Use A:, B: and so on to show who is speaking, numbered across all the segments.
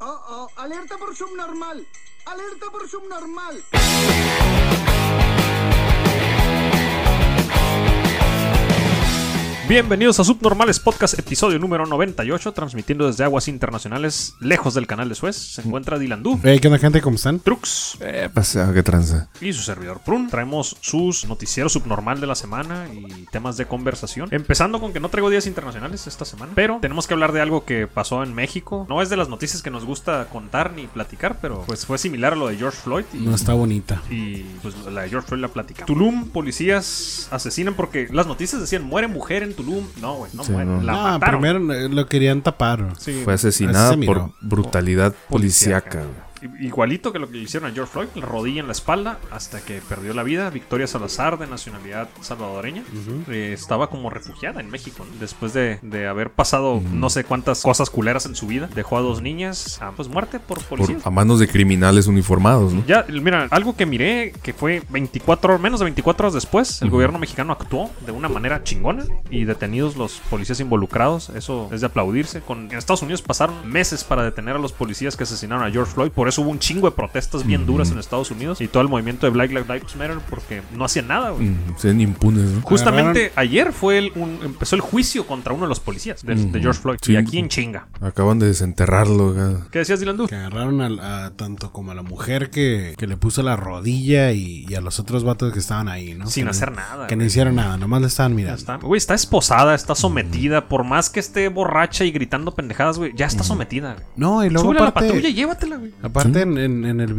A: Oh, Alerta por subnormal. Alerta por subnormal.
B: Bienvenidos a Subnormales Podcast, episodio número 98, transmitiendo desde aguas internacionales, lejos del canal de Suez. Se encuentra Dilandú,
C: Hey, ¿qué onda, gente? ¿Cómo están?
B: Trux
C: ¿Qué
B: pues, ah,
C: pasa? ¿Qué tranza?
B: y su servidor Prun. Traemos sus noticieros subnormal de la semana y temas de conversación. Empezando con que no traigo días internacionales esta semana, pero tenemos que hablar de algo que pasó en México. No es de las noticias que nos gusta contar ni platicar, pero pues fue similar a lo de George Floyd y
C: No está bonita.
B: Y pues la de George Floyd la platicamos. Tulum, policías asesinan porque las noticias decían muere mujer en Tulum. No, güey, no muere.
D: no.
B: La
C: ah,
B: mataron.
C: primero eh, lo querían tapar.
B: Sí.
D: Fue asesinada
C: Asesinó.
D: por brutalidad
B: Policíaca.
D: policíaca. güey.
B: I- Igualito que lo que le hicieron a George Floyd, la rodilla en la espalda hasta que perdió la vida. Victoria Salazar, de nacionalidad salvadoreña, eh, estaba como refugiada en México ¿no? después de, de haber pasado no sé cuántas cosas culeras en su vida. Dejó a dos niñas, a, pues muerte por
D: Por,
B: policía.
D: a manos de criminales uniformados, ¿no?
B: Ya, mira, algo que miré que fue 24 horas, menos de 24 horas después, el gobierno mexicano actuó de una manera chingona y detenidos los policías involucrados. Eso es de aplaudirse. Con, en Estados Unidos pasaron meses para detener a los policías que asesinaron a George Floyd. Por eso hubo un chingo de protestas bien duras en Estados Unidos y todo el movimiento de Black Lives Matter porque no hacían nada, güey.
D: Mm, Se ven impunes, ¿no?
B: Justamente ayer fue el, un- empezó el juicio contra uno de los policías de, de George Floyd.
D: Sí.
B: Y aquí en chinga.
D: Acaban de desenterrarlo, güey.
B: ¿Qué decías, Dylan Du?
C: Que agarraron a, a tanto como a la mujer que, que le puso la rodilla y, y a los otros vatos que estaban ahí, ¿no?
B: Sin
C: Que no-
B: hacer nada,
C: Que no
B: güey.
C: hicieron nada, nomás le estaban mirando.
B: Está, Mm, güey, está esposada, está sometida. Por más que esté borracha y gritando pendejadas, güey, ya está sometida. güey.
C: No, y luego
B: Súbela a la
C: aparte-
B: patrulla y llévatela, güey.
C: Aparte en, en- en el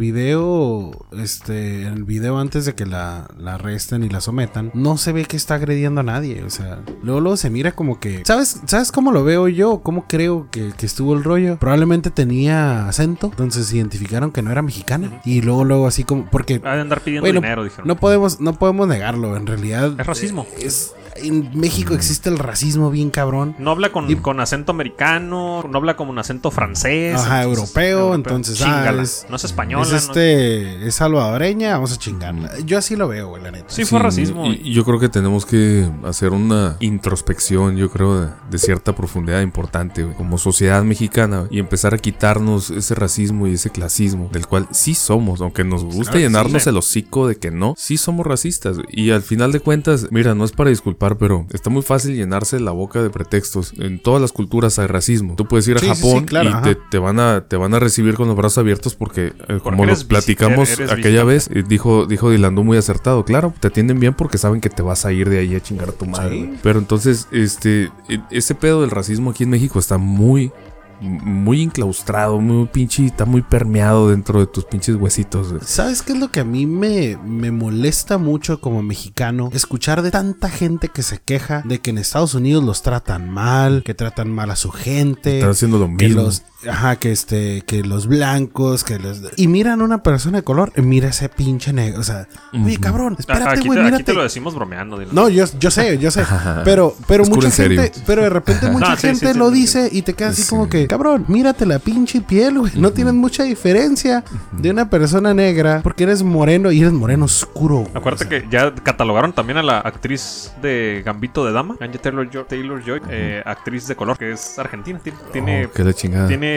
C: video, este, en el video antes de que la, la arresten y la sometan, no se ve que está agrediendo a nadie. O sea, luego, luego se mira como que. ¿Sabes, ¿Sabes cómo lo veo yo? ¿Cómo creo que, que estuvo el rollo? Probablemente tenía acento, entonces identificaron que no era mexicana. Y luego, luego así como. Porque.
B: Ha de andar Ah, pidiendo
C: Bueno,
B: dinero, dijeron.
C: No podemos, no podemos negarlo, en realidad.
B: Es racismo.
C: eh, Es, en México existe el racismo bien cabrón.
B: No habla con, con acento americano, no habla como un acento francés.
C: Ajá, europeo, entonces, ah,
B: Chíngala.
C: es-
B: no es española.
C: es
B: no-
C: este. Es salvadoreña, vamos a chingarla. Yo así lo veo, güey, la neta.
B: Sí, fue racismo.
D: Y, y yo creo que tenemos que hacer una introspección, yo creo, de, de cierta profundidad importante, güey, como sociedad mexicana, güey, y empezar a quitarnos ese racismo y ese clasismo, del cual sí somos, aunque nos gusta
B: Claro que
D: llenarnos
B: sí.
D: el hocico de que no, sí somos racistas. güey. Y al final de cuentas, mira, no es para disculpar, pero está muy fácil llenarse la boca de pretextos. En todas las culturas hay racismo. Tú puedes ir a
C: Sí, sí, sí,
D: Japón
C: claro,
D: y
C: ajá.
D: te, te van a, te van a recibir con los brazos abiertos porque, eh, como
B: eres
D: los
B: visi-
D: platicamos
B: eres
D: aquella vez, eh, dijo, dijo Dilandú muy acertado. Claro, te atienden bien porque saben que te vas a ir de ahí a chingar a tu madre.
C: Sí.
D: güey. Pero entonces, este, e- ese pedo del racismo aquí en México está muy, muy enclaustrado, muy pinche, está muy permeado dentro de tus pinches huesitos. güey.
C: ¿Sabes qué es lo que a mí me, me molesta mucho como mexicano? Escuchar de tanta gente que se queja de que en Estados Unidos los tratan mal, que tratan mal a su gente.
D: Están haciendo lo
C: que
D: mismo.
C: los ajá que este que los blancos que los y miran a una persona de color mira ese pinche negro o sea oye cabrón
B: Ah,
C: espérate
B: aquí,
C: güey
B: te, aquí
C: mírate
B: te lo decimos bromeando. Dylan.
C: no yo, yo sé yo sé pero pero
D: Es cool
C: mucha
D: en serio.
C: gente pero de repente mucha
B: No, sí,
C: gente
B: sí, sí,
C: lo
B: sí,
C: dice y te queda así
D: Sí.
C: como que cabrón mírate la pinche piel güey no tienes mucha diferencia de una persona negra porque eres moreno y eres moreno oscuro güey.
B: Acuérdate
C: O sea,
B: que ya catalogaron también a la actriz de Gambito de Dama, Anja Taylor Joy, Taylor -Joy eh, actriz de color, que es argentina. Tiene, tiene,
D: Oh, qué la chingada.
B: tiene-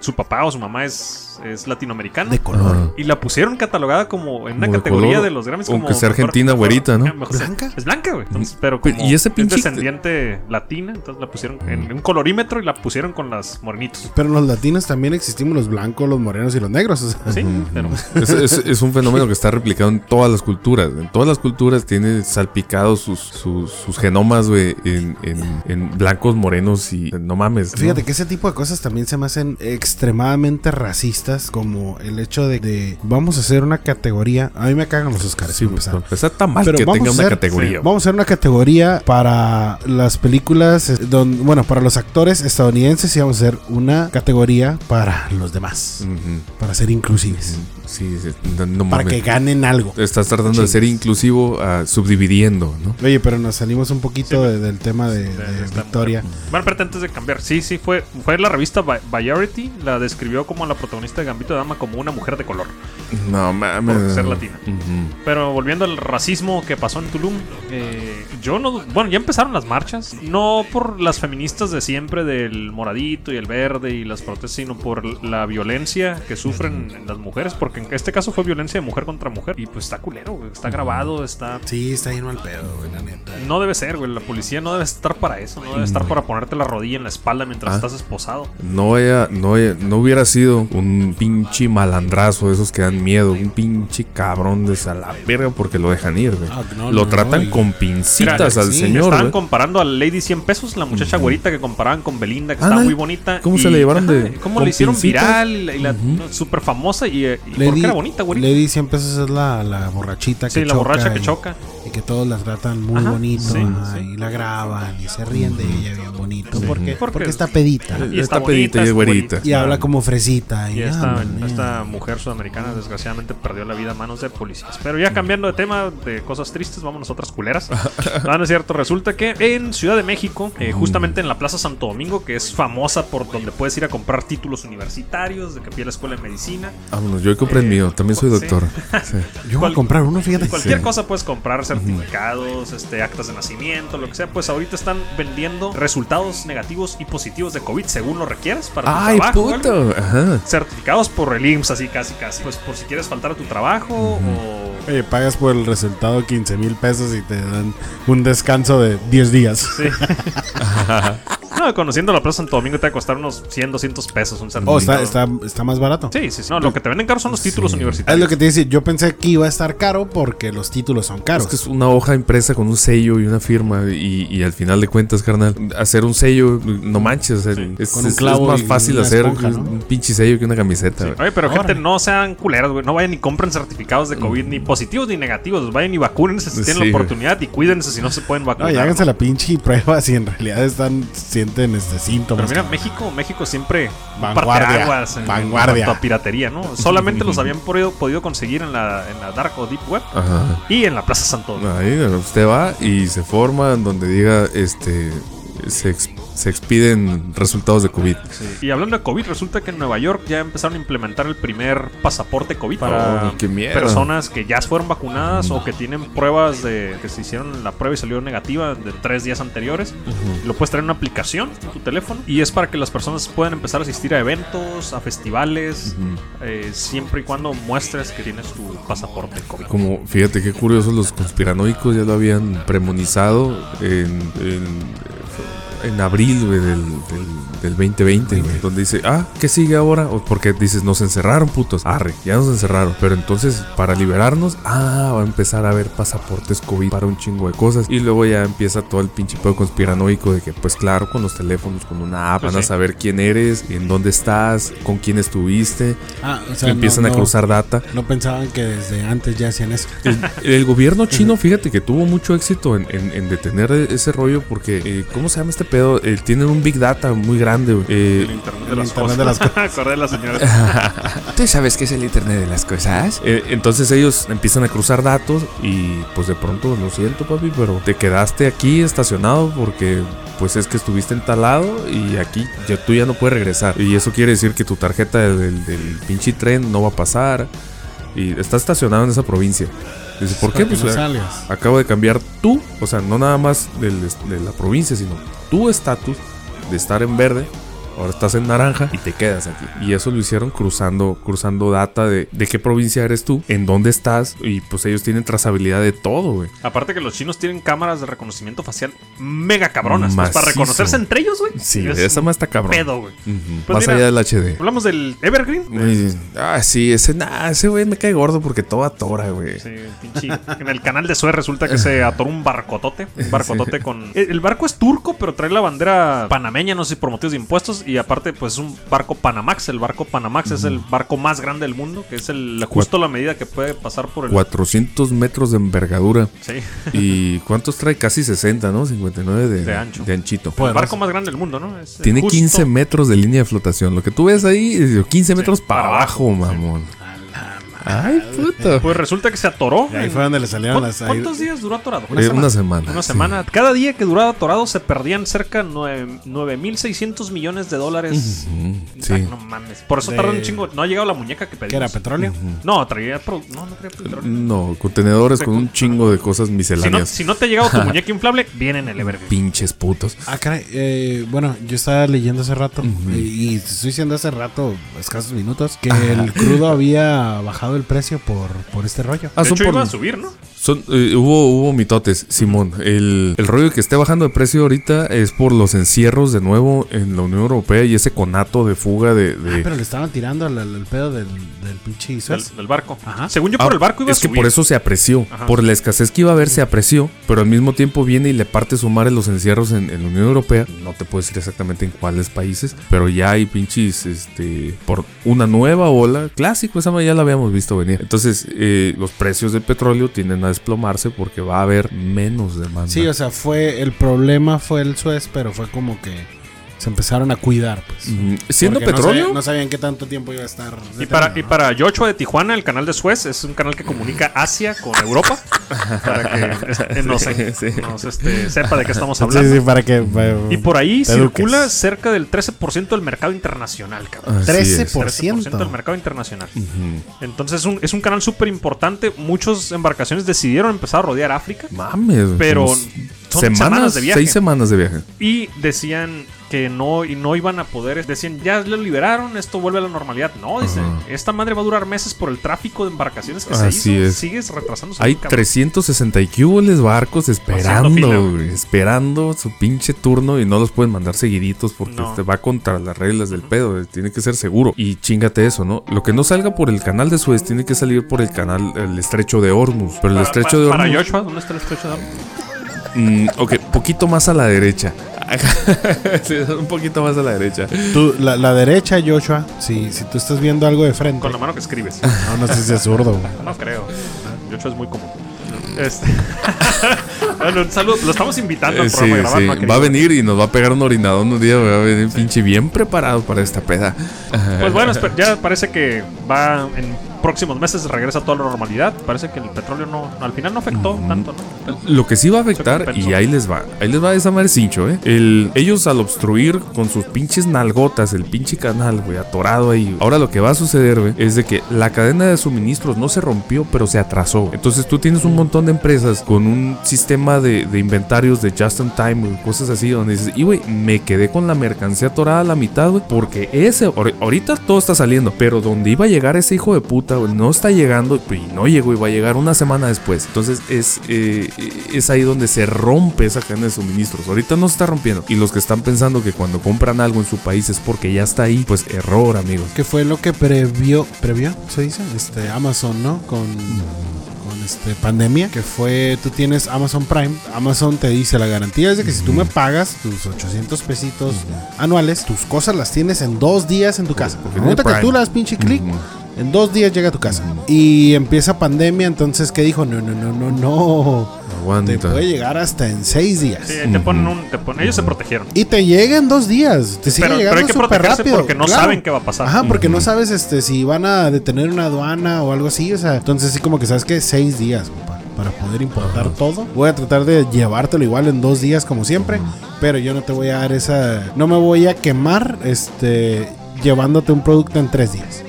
B: su papá o su mamá es, es latinoamericana.
C: de color
D: Ah.
B: Y la pusieron catalogada como en una
D: Como de
B: categoría
D: color,
B: de los Grammys
D: aunque
B: como
D: sea argentina, güerita, ¿no?
B: mejor-
C: ¿Blanca?
B: Es blanca, güey. Entonces, pero
D: Pero,
B: como
D: ¿y ese pinche- este Mm.
B: es descendiente latina, entonces la pusieron en un colorímetro y la pusieron con las morenitos.
C: pero los latinos también existimos los blancos los morenos y los negros o sea.
B: Sí, pero
D: Es, es- es un fenómeno que está replicado en todas las culturas. En todas las culturas tiene salpicados sus, sus, sus genomas, güey, en, en- en blancos, morenos y no mames. ¿no?
C: Fíjate que ese tipo de cosas también se me hacen extremadamente racistas, como el hecho de, de vamos a hacer una categoría. A mí me cagan los Oscars.
D: Sí,
C: para empezar.
D: pues, está tan mal
C: Pero
D: que
C: vamos
D: tenga
C: a
D: una
C: hacer-
D: categoría. güey.
C: Vamos a hacer una categoría para las películas, eh, don- bueno, para los actores estadounidenses y vamos a hacer una categoría para los demás,
D: Ujú.
B: Mm.
C: para ser inclusives,
D: Sí, sí, no, no
C: para que
D: mames.
C: ganen algo.
D: Estás tratando de ser inclusivo ah, subdividiendo, ¿no?
B: Eh.
C: Oye, pero nos salimos un poquito de- del tema de, de
B: esta
C: Victoria.
B: mujer. Bueno, espérate, antes de cambiar. Sí, sí, fue, fue la revista Ba- Variety, Variety la describió como a la protagonista de Gambito de Dama como una mujer de color,
D: No
B: por
D: mames.
B: ser latina.
D: Ujú.
B: Pero volviendo al racismo que pasó en Tulum, eh, yo no. Bueno, ya empezaron las marchas. No por las feministas de siempre, del moradito y el verde y las protestas, sino por la violencia que sufren las mujeres. Porque en este caso fue violencia de mujer contra mujer. Y pues está culero, güey, Está grabado, está.
C: Sí, está bien mal pedo, güey, la neta.
B: No debe ser, güey. La policía no debe estar para eso. No debe estar para ponerte la rodilla en la espalda mientras
D: Ah.
B: estás esposado.
D: No, haya- no, haya- no hubiera sido un pinche malandrazo de esos que dan miedo. Un pinche cabrón de esa la verga porque lo dejan ir, güey.
C: Ah, no,
D: lo
C: no,
D: tratan
C: y-
D: con pincitas
C: Mira,
D: al
C: sí,
D: señor,
B: Estaban
D: güey.
B: comparando a Lady 100 pesos, la muchacha güerita que comparaban con Belinda, que estaba
D: Ándale.
B: muy bonita.
D: ¿Cómo
B: y-
D: se la llevaron de-
B: Ajá, ¿Cómo
D: con
B: la hicieron
D: pincitas?
B: viral y la, y la- súper famosa? Y, eh, y porque era bonita, güerita.
C: Lady 100 pesos es la, la borrachita que
B: Sí, la
C: choca
B: borracha que
C: y-
B: choca.
C: Y que todos la tratan muy
B: Ajá,
C: bonito
B: sí,
C: ajá,
B: sí.
C: y la graban y se ríen de ella bien bonito. ¿Por qué?
B: Porque-
C: Porque, está pedita.
B: Y está
D: Está pedita y
B: bonita,
D: es
B: güerita.
D: güerita.
C: Y habla como fresita. Y,
B: Y
C: ah,
B: esta,
C: man,
B: esta mujer sudamericana desgraciadamente perdió la vida a manos de policías. Pero ya cambiando de tema, de cosas tristes, vámonos a otras culeras. no, no es cierto, resulta que en Ciudad de México, eh, justamente en la Plaza Santo Domingo, que es famosa por donde puedes ir a comprar títulos universitarios, de que fui a la escuela de medicina,
D: Vámonos, yo compré el
B: Eh,
D: mío. También
B: sí.
D: soy doctor. Sí.
C: Yo voy
B: cual-
C: a comprar uno, fíjate.
B: Cualquier
D: Sí.
B: cosa puedes comprar, certificados, este, actas de nacimiento, lo que sea. Pues ahorita están vendiendo resultados negativos y positivos de COVID según lo requieras para tu
D: ¡Ay,
B: trabajo. o algo.
D: puto! Ajá.
B: Certificados por el IMSS, así casi casi. Pues por si quieres faltar a tu trabajo o...
C: Oye, pagas por el resultado 15 mil pesos y te dan un descanso de 10 días.
B: Sí. no, conociendo la Plaza Ah, Santo Domingo te va a costar unos 100, 200 pesos un certificado.
C: Oh, está, está, está más barato.
B: Sí, sí, sí. No, lo que te venden caro son los títulos
C: Es
B: universitarios.
C: lo que te dice, yo pensé que iba a estar caro porque los títulos son caros.
D: Es que es una hoja impresa con un sello y una firma. Y, y al final de cuentas, carnal, hacer un sello, no manches. el- es,
C: Con un
D: es- es
C: clavo
D: más
C: y
D: fácil
C: una
D: hacer
C: esponja, ¿no?
D: un pinche sello que una camiseta. güey.
B: Oye, pero gente,
C: Órale.
B: no sean culeras, güey. No vayan ni compren certificados de COVID, ni positivos ni negativos. Vayan y vacúnense si
D: Sí,
B: tienen la
D: güey.
B: oportunidad y cuídense si no se pueden
C: No,
B: vacunar.
C: y háganse la pinche prueba si en realidad están, sienten este
B: Pero
C: síntomas.
B: mira, México, México siempre
C: Vanguardia,
B: parteaguas en
C: vanguardia.
B: cuanto a piratería, ¿no? Solamente los habían podido, podido conseguir en la, en la Dark o Deep Web
D: Ajá.
B: y en la Plaza Santo Domingo.
D: Ahí usted va y se forma en donde diga, este, se, ex- se expiden resultados de COVID.
B: Este, Y hablando de COVID, resulta que en Nueva York ya empezaron a implementar el primer pasaporte COVID para
D: Oh, qué miedo.
B: personas que ya fueron vacunadas o que tienen pruebas de que se hicieron la prueba y salió negativa de tres días anteriores. Lo puedes traer en una aplicación en tu teléfono y es para que las personas puedan empezar a asistir a eventos, a festivales, eh, siempre y cuando muestres que tienes tu pasaporte COVID.
D: Como, fíjate qué curioso, los conspiranoicos ya lo habían premonizado en, en, en abril güey, del, del, del 2020, güey, donde dice, ah, ¿qué sigue ahora? O porque dices, nos encerraron, putos, arre, ya nos encerraron. Pero entonces, para liberarnos, ah, va a empezar a haber pasaportes COVID para un chingo de cosas. Y luego ya empieza todo el pinche pedo conspiranoico de que, pues claro, con los teléfonos, con una app,
B: Pues
D: van a
B: sí.
D: saber quién eres, en dónde estás, con quién estuviste,
C: Ah, o sea,
D: empiezan
C: no-
D: a
C: no-
D: cruzar data.
C: No pensaban que desde antes ya hacían eso.
D: El, el gobierno chino, fíjate que tuvo mucho éxito en, en- en detener e-, ese rollo porque, eh, ¿cómo se llama este pedo? Eh, tienen un big data muy grande. güey. Eh,
B: El internet de
C: El
B: las
C: internet de
B: cosas.
C: las
B: Acordé de la señora.
E: ¿Tú sabes qué es el Internet de las Cosas?
D: eh, entonces ellos empiezan a cruzar datos y pues de pronto, lo siento papi, pero te quedaste aquí estacionado porque pues es que estuviste entalado y aquí ya, tú ya no puedes regresar. Y eso quiere decir que tu tarjeta del, del pinche tren no va a pasar y estás estacionado en esa provincia. Dices, ¿por qué?
C: Para que
D: Pues,
C: no
D: eh,
C: salgas.
D: acabo de cambiar tú, o sea, no nada más del est- de la provincia, sino tu estatus de estar en verde. Ahora estás en naranja y te quedas aquí. Y eso lo hicieron cruzando, cruzando data de, de qué provincia eres tú, en dónde estás. Y pues ellos tienen trazabilidad de todo, güey.
B: Aparte que los chinos tienen cámaras de reconocimiento facial mega cabronas. pues, para
D: Macizo.
B: reconocerse entre ellos, güey.
D: Sí,
B: Es
D: esa más está
B: un
D: cabrón.
B: pedo, güey.
D: Ujú,
B: Pues
D: más
B: mira,
D: allá del HD.
B: Hablamos del Evergreen.
D: Ay, Ah, sí, ese, nah, ese güey me cae gordo porque todo atora, güey.
B: Sí, pinche- En el canal de Suez resulta que se atoró un barcotote. Un barcotote con. El el barco es turco, pero trae la bandera panameña, no sé si por motivos de impuestos. Y aparte, pues es un barco Panamax. El barco Panamax es el barco más grande del mundo, que es el justo la medida que puede pasar por el.
D: 400 metros de envergadura.
B: Sí.
D: ¿Y cuántos trae? Casi 60, ¿no? 59 de,
B: De ancho.
D: De anchito.
B: El barco más grande del mundo, ¿no? Es el
D: Tiene
B: justo
D: 15 metros de línea de flotación. Lo que tú ves ahí, eh, 15 metros
B: para
D: para abajo, mamón. A la, Ay, puto.
B: Pues resulta que se atoró.
C: Y ahí fue donde le salieron
B: ¿Cuán-
C: las. ahí-
B: ¿Cuántos días duró atorado?
D: Una Eh, semana. una semana,
B: Una
D: sí.
B: semana. Cada día que duraba atorado se perdían cerca de nueve- 9.600 millones de dólares.
D: Mm,
B: Ay,
D: Sí.
B: no mames. Por eso
C: De-
B: tardan un chingo. No ha llegado la muñeca que pedimos.
C: ¿Qué era petróleo?
B: No, traía. pro- No, no traía petróleo.
D: No, contenedores con un chingo de cosas
B: Si no,
D: misceláneas.
B: si no te ha llegado tu muñeca inflable, viene en el Evergreen.
D: Pinches putos.
C: Ah, caray, eh, bueno, yo estaba leyendo hace rato, eh, y estoy diciendo hace rato, escasos minutos, que el crudo había bajado el precio por, por este rollo.
D: Ah,
B: de
D: son
B: hecho,
D: por-
B: iba a subir, ¿no?
D: Son, eh, hubo, hubo mitotes, Simón. El, el rollo que esté bajando de precio ahorita es por los encierros de nuevo en la Unión Europea y ese conato de fuga de... de-
C: Ah, pero le estaban tirando al, al- al pedo del, del pinche Suez.
B: Del, del barco.
C: Ajá.
B: Según yo, por
D: Ah,
B: el barco iba
D: es
B: a
D: que
B: subir.
D: por eso se apreció.
B: Ajá.
D: Por la escasez que iba a haber se apreció, pero al mismo tiempo viene y le parte su mar en los encierros en, en la Unión Europea. No te puedo decir exactamente en cuáles países, pero ya hay pinches, este, por una nueva ola. Clásico, esa madre ya la habíamos visto venir. Entonces, eh, los precios del petróleo tienden a desplomarse porque va a haber menos demanda.
C: Sí, o sea, fue, el problema fue el Suez, pero fue como que se empezaron a cuidar, pues.
D: Mm, Siendo
C: Porque no
D: petróleo,
C: sabían- No sabían, qué tanto tiempo iba a estar.
B: Y para, y
C: detenido, ¿no?
B: para Joshua de Tijuana, el canal de Suez es un canal que comunica Asia con Europa. para que este, nos,
D: Sí, sí.
B: nos, este, sepa de qué estamos
C: Sí,
B: hablando.
C: sí, para que.
B: Y por ahí
C: Te
B: circula
C: eduques.
B: cerca del 13% del mercado internacional, cabrón.
D: Así es.
C: 13%.
B: del mercado internacional.
D: Ah, Ujú.
B: Entonces es un, es un canal súper importante. Muchas embarcaciones decidieron empezar a rodear África
D: mames.
B: Pero
D: unos
B: son semanas de viaje.
D: Seis semanas de viaje.
B: y decían que no y no iban a poder. Decían, ya lo liberaron, esto vuelve a la normalidad. No, dice,
D: Ajá.
B: esta madre va a durar meses por el tráfico de embarcaciones que
D: Así
B: se hizo.
D: es.
B: Sigues retrasándose.
D: Hay
B: bien, cabrón.
D: 360 y cuboles barcos
B: fila,
D: esperando,
B: güey.
D: güey, esperando su pinche turno y no los pueden mandar seguiditos porque
B: No.
D: este va contra las reglas del pedo. eh, Tiene que ser seguro. Y chingate eso, ¿no? Lo que no salga por el canal de Suez tiene que salir por el canal, el estrecho de Hormuz. Pero el
B: Para-
D: estrecho de
B: para, para
D: Hormuz.
B: Joshua, ¿dónde está el estrecho de Hormuz?
D: mm, ok, poquito más a la derecha. Sí, un poquito más a la derecha.
C: Tú, la, la derecha, Joshua, si, si tú estás viendo algo de frente.
B: Con la mano que escribes.
C: No, no sé si es zurdo, güey.
B: No creo. Yocho es muy común. Este... bueno, un saludo. Lo estamos invitando
D: Eh,
B: al
D: sí,
B: programa. grabar,
D: sí.
B: no ha querido.
D: Va a venir y nos va a pegar un orinadón un día. Va a venir pinche bien preparado para esta peda.
B: Pues bueno, esper- ya parece que va en próximos meses regresa toda la normalidad. Parece que el petróleo no, no- al final no afectó tanto, ¿no?
D: Lo que sí va a afectar,
B: Soy
D: y
B: compenso.
D: ahí les va, ahí les va esa madre cincho, ¿eh? El, ellos al obstruir con sus pinches nalgotas el pinche canal, güey, atorado ahí. Ahora lo que va a suceder, güey, es de que la cadena de suministros no se rompió, pero se atrasó. Entonces tú tienes un montón de empresas con un sistema de, de inventarios de just in time, güey, cosas así, donde dices, y güey, me quedé con la mercancía atorada a la mitad, güey, porque ese, ahori- ahorita todo está saliendo, pero donde iba a llegar ese hijo de puta, güey, no está llegando y no llegó y va a llegar una semana después. Entonces es, eh, es ahí donde se rompe esa cadena de suministros. Ahorita no se está rompiendo. Y los que están pensando que cuando compran algo en su país es porque ya está ahí, pues error, amigos.
C: Que fue lo que previó, previó, se dice, este Amazon, ¿no? Con, con este pandemia, que fue, tú tienes Amazon Prime, Amazon te dice, la garantía es de que si tú me pagas tus 800 pesitos anuales, tus cosas las tienes en dos días en tu casa.
D: porque
C: Nota
D: tiene
C: que tú
D: Prime.
C: las pinche clic.
D: Ujú.
C: En dos días llega a tu casa. Y empieza pandemia, entonces, ¿qué dijo? No, no, no, no, no.
D: Aguanta.
C: Te puede llegar hasta en seis días.
B: Sí, ahí te ponen un. te ponen- ellos se protegieron.
C: Y te llega en dos días. Te sigue
B: Pero- pero hay
C: llegando
B: que
C: súper
B: protegerse
C: rápido.
B: porque no saben qué va a pasar.
C: Ajá, porque no sabes este, si van a detener una aduana o algo así. O sea, entonces sí como que sabes que seis días, compa, para poder importar todo. Voy a tratar de llevártelo igual en dos días como siempre. Pero yo no te voy a dar esa... No me voy a quemar este, llevándote un producto en tres días.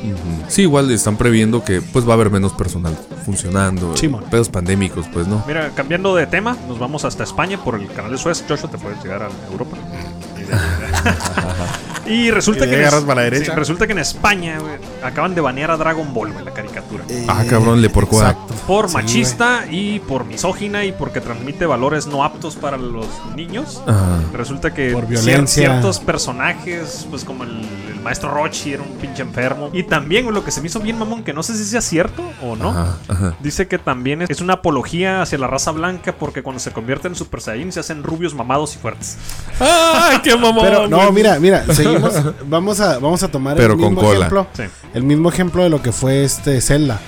D: Sí, igual están previendo que pues va a haber menos personal funcionando. eh,
C: Simón.
D: Pedos pandémicos, pues no.
B: Mira, cambiando de tema, nos vamos hasta España por el canal de Suez. Joshua, te puedes llegar a Europa. Y de- Y resulta
C: Y
B: que, en,
C: agarras para la
B: sí,
C: derecha.
B: resulta que en España güey, acaban de banear a Dragon Ball, güey, la caricatura.
D: Ah, cabrón, le por cuál.
C: Exacto.
B: Por
C: Sí,
B: machista y por misógina y porque transmite valores no aptos para los niños.
D: Ajá.
B: Resulta que
C: Ah, Por
B: cier-
C: violencia.
B: ciertos personajes, pues como el, el maestro Rochi era un pinche enfermo. Y también güey, lo que se me hizo bien mamón, que no sé si sea cierto o no.
D: Ajá, ajá.
B: Dice que también es- es una apología hacia la raza blanca porque cuando se convierten en Super Saiyajin se hacen rubios mamados y fuertes.
D: ¡Ay, qué mamón!
C: Pero no,
D: güey!
C: mira, mira, seguimos. vamos, a, vamos a tomar
D: Pero
C: el
D: con
C: mismo
D: cola.
C: ejemplo.
B: Sí.
C: El mismo ejemplo de lo que fue este Zelda.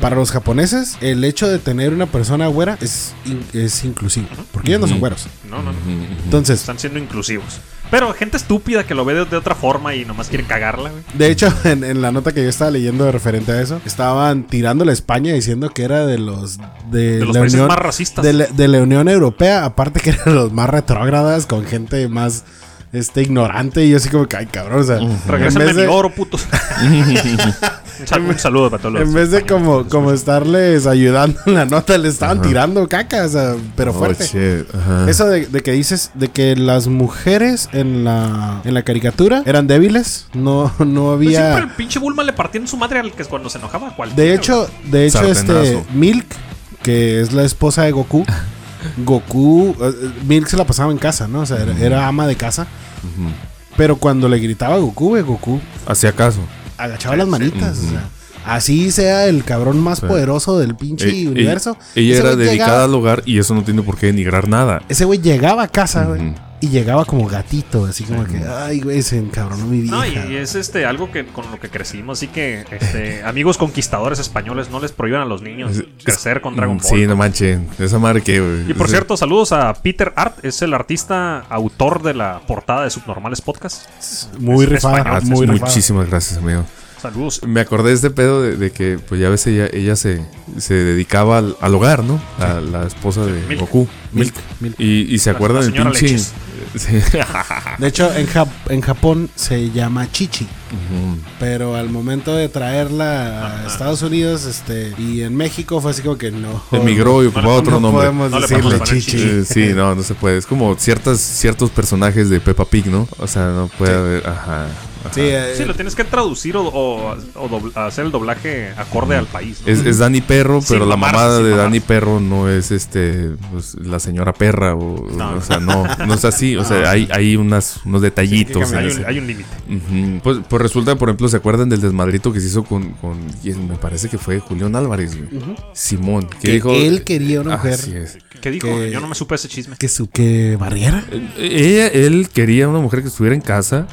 C: Para los japoneses, el hecho de tener una persona güera es, in- es inclusivo. Porque ellos no son güeros.
B: No, no, no.
C: Entonces,
B: Están siendo inclusivos. Pero gente estúpida que lo ve de, de otra forma y nomás quiere cagarla, güey.
C: De hecho, en, en la nota que yo estaba leyendo de referente a eso, estaban tirando la España diciendo que era de los de,
B: De los
C: la
B: países
C: Unión,
B: más racistas.
C: de la, de la Unión Europea, aparte que eran los más retrógradas con gente más este ignorante y yo así como que ay cabrón, o sea, en
B: Regrésenme
C: vez
B: mi
C: de,
B: oro, putos. un, sal- un saludo para todos los.
C: en vez de como como estarles ayudando en la nota le estaban
D: Ajá. Oh,
C: tirando caca, o sea, pero fuerte.
D: shit. Ajá.
C: Eso de, de que dices de que las mujeres en la, en la caricatura eran débiles, no, no
B: Pues
C: había.
B: Siempre el pinche Bulma le partía en su madre al que cuando se enojaba. a cualquiera,
C: De hecho, de hecho, este
D: Sartenazo.
C: Milk, que es la esposa de Goku, Goku, eh, eh, Milk se la pasaba en casa, ¿no? O sea, era, era ama de casa. Pero cuando le gritaba a Goku, güey, Goku
D: Hacía caso.
C: agachaba las manitas. o sea, así sea el cabrón más poderoso del pinche
D: Eh, eh,
C: universo.
D: Ella
C: ese
D: era
C: güey
D: dedicada
C: llegaba-
D: al hogar y eso no tiene por qué denigrar nada.
C: Ese güey llegaba a casa, güey.
D: Ujú.
C: Y llegaba como gatito, así como que, ay, güey, se encabronó mi vida.
B: No, y, y es este algo que con lo que crecimos, así que este, amigos conquistadores españoles no les prohíban a los niños crecer con Dragon Ball.
D: mm, Sí, no manchen. Esa madre que, güey.
B: Y por
D: Ese-
B: cierto, saludos a Peter Art, es el artista autor de la portada de Subnormales Podcast.
C: muy
B: es
C: rifada,
B: español,
D: Ah,
C: muy rifada.
D: muchísimas gracias, amigo.
B: Saludos.
D: Me acordé de este pedo de, de que, pues ya ves, ella, ella se, se dedicaba al, al hogar, ¿no? A la esposa de
B: Milk.
D: Goku.
C: Milk, Milk.
D: Y, y se
B: La- la
D: acuerdan del
B: señora
D: pinche.
B: Leches.
D: Sí.
C: De hecho, en, Jap- en Japón se llama chichi. Pero al momento de traerla a Estados Unidos este, y en México fue así como que no.
D: Emigró y ocupaba
C: no
D: otro nombre.
C: podemos
B: No le
C: decirle
B: podemos poner
C: chichi.
D: Eh, Sí, no, no se puede. Es como ciertas, ciertos personajes de Peppa Pig, ¿no? O sea, no puede haber. Ajá. ajá.
C: Sí, eh,
B: Sí, lo tienes que traducir o, o- o dobl- hacer el doblaje acorde al país. ¿no?
D: Es, es Dani Perro,
B: Sin
D: pero la
B: mamarse,
D: mamada
B: sin
D: de
B: mamarse.
D: Dani Perro no es este pues, la señora perra. O,
B: No.
D: o sea, no, no es así. O sea, hay, hay unas, unos detallitos. en
B: hay
D: ese-
B: un, hay un límite.
D: Ujú. pues, pues resulta, por ejemplo, ¿se acuerdan del desmadrito que se hizo con, con- y me parece que fue Julián Álvarez, güey? Simón, que,
C: Que "Ah,
D: dijo... Ah,
C: él quería una mujer.
D: Así es.
B: ¿Qué dijo?
C: Que-
B: Yo no me supe ese chisme.
C: que su que barriera.
D: Eh, ella- él quería una mujer que estuviera en casa,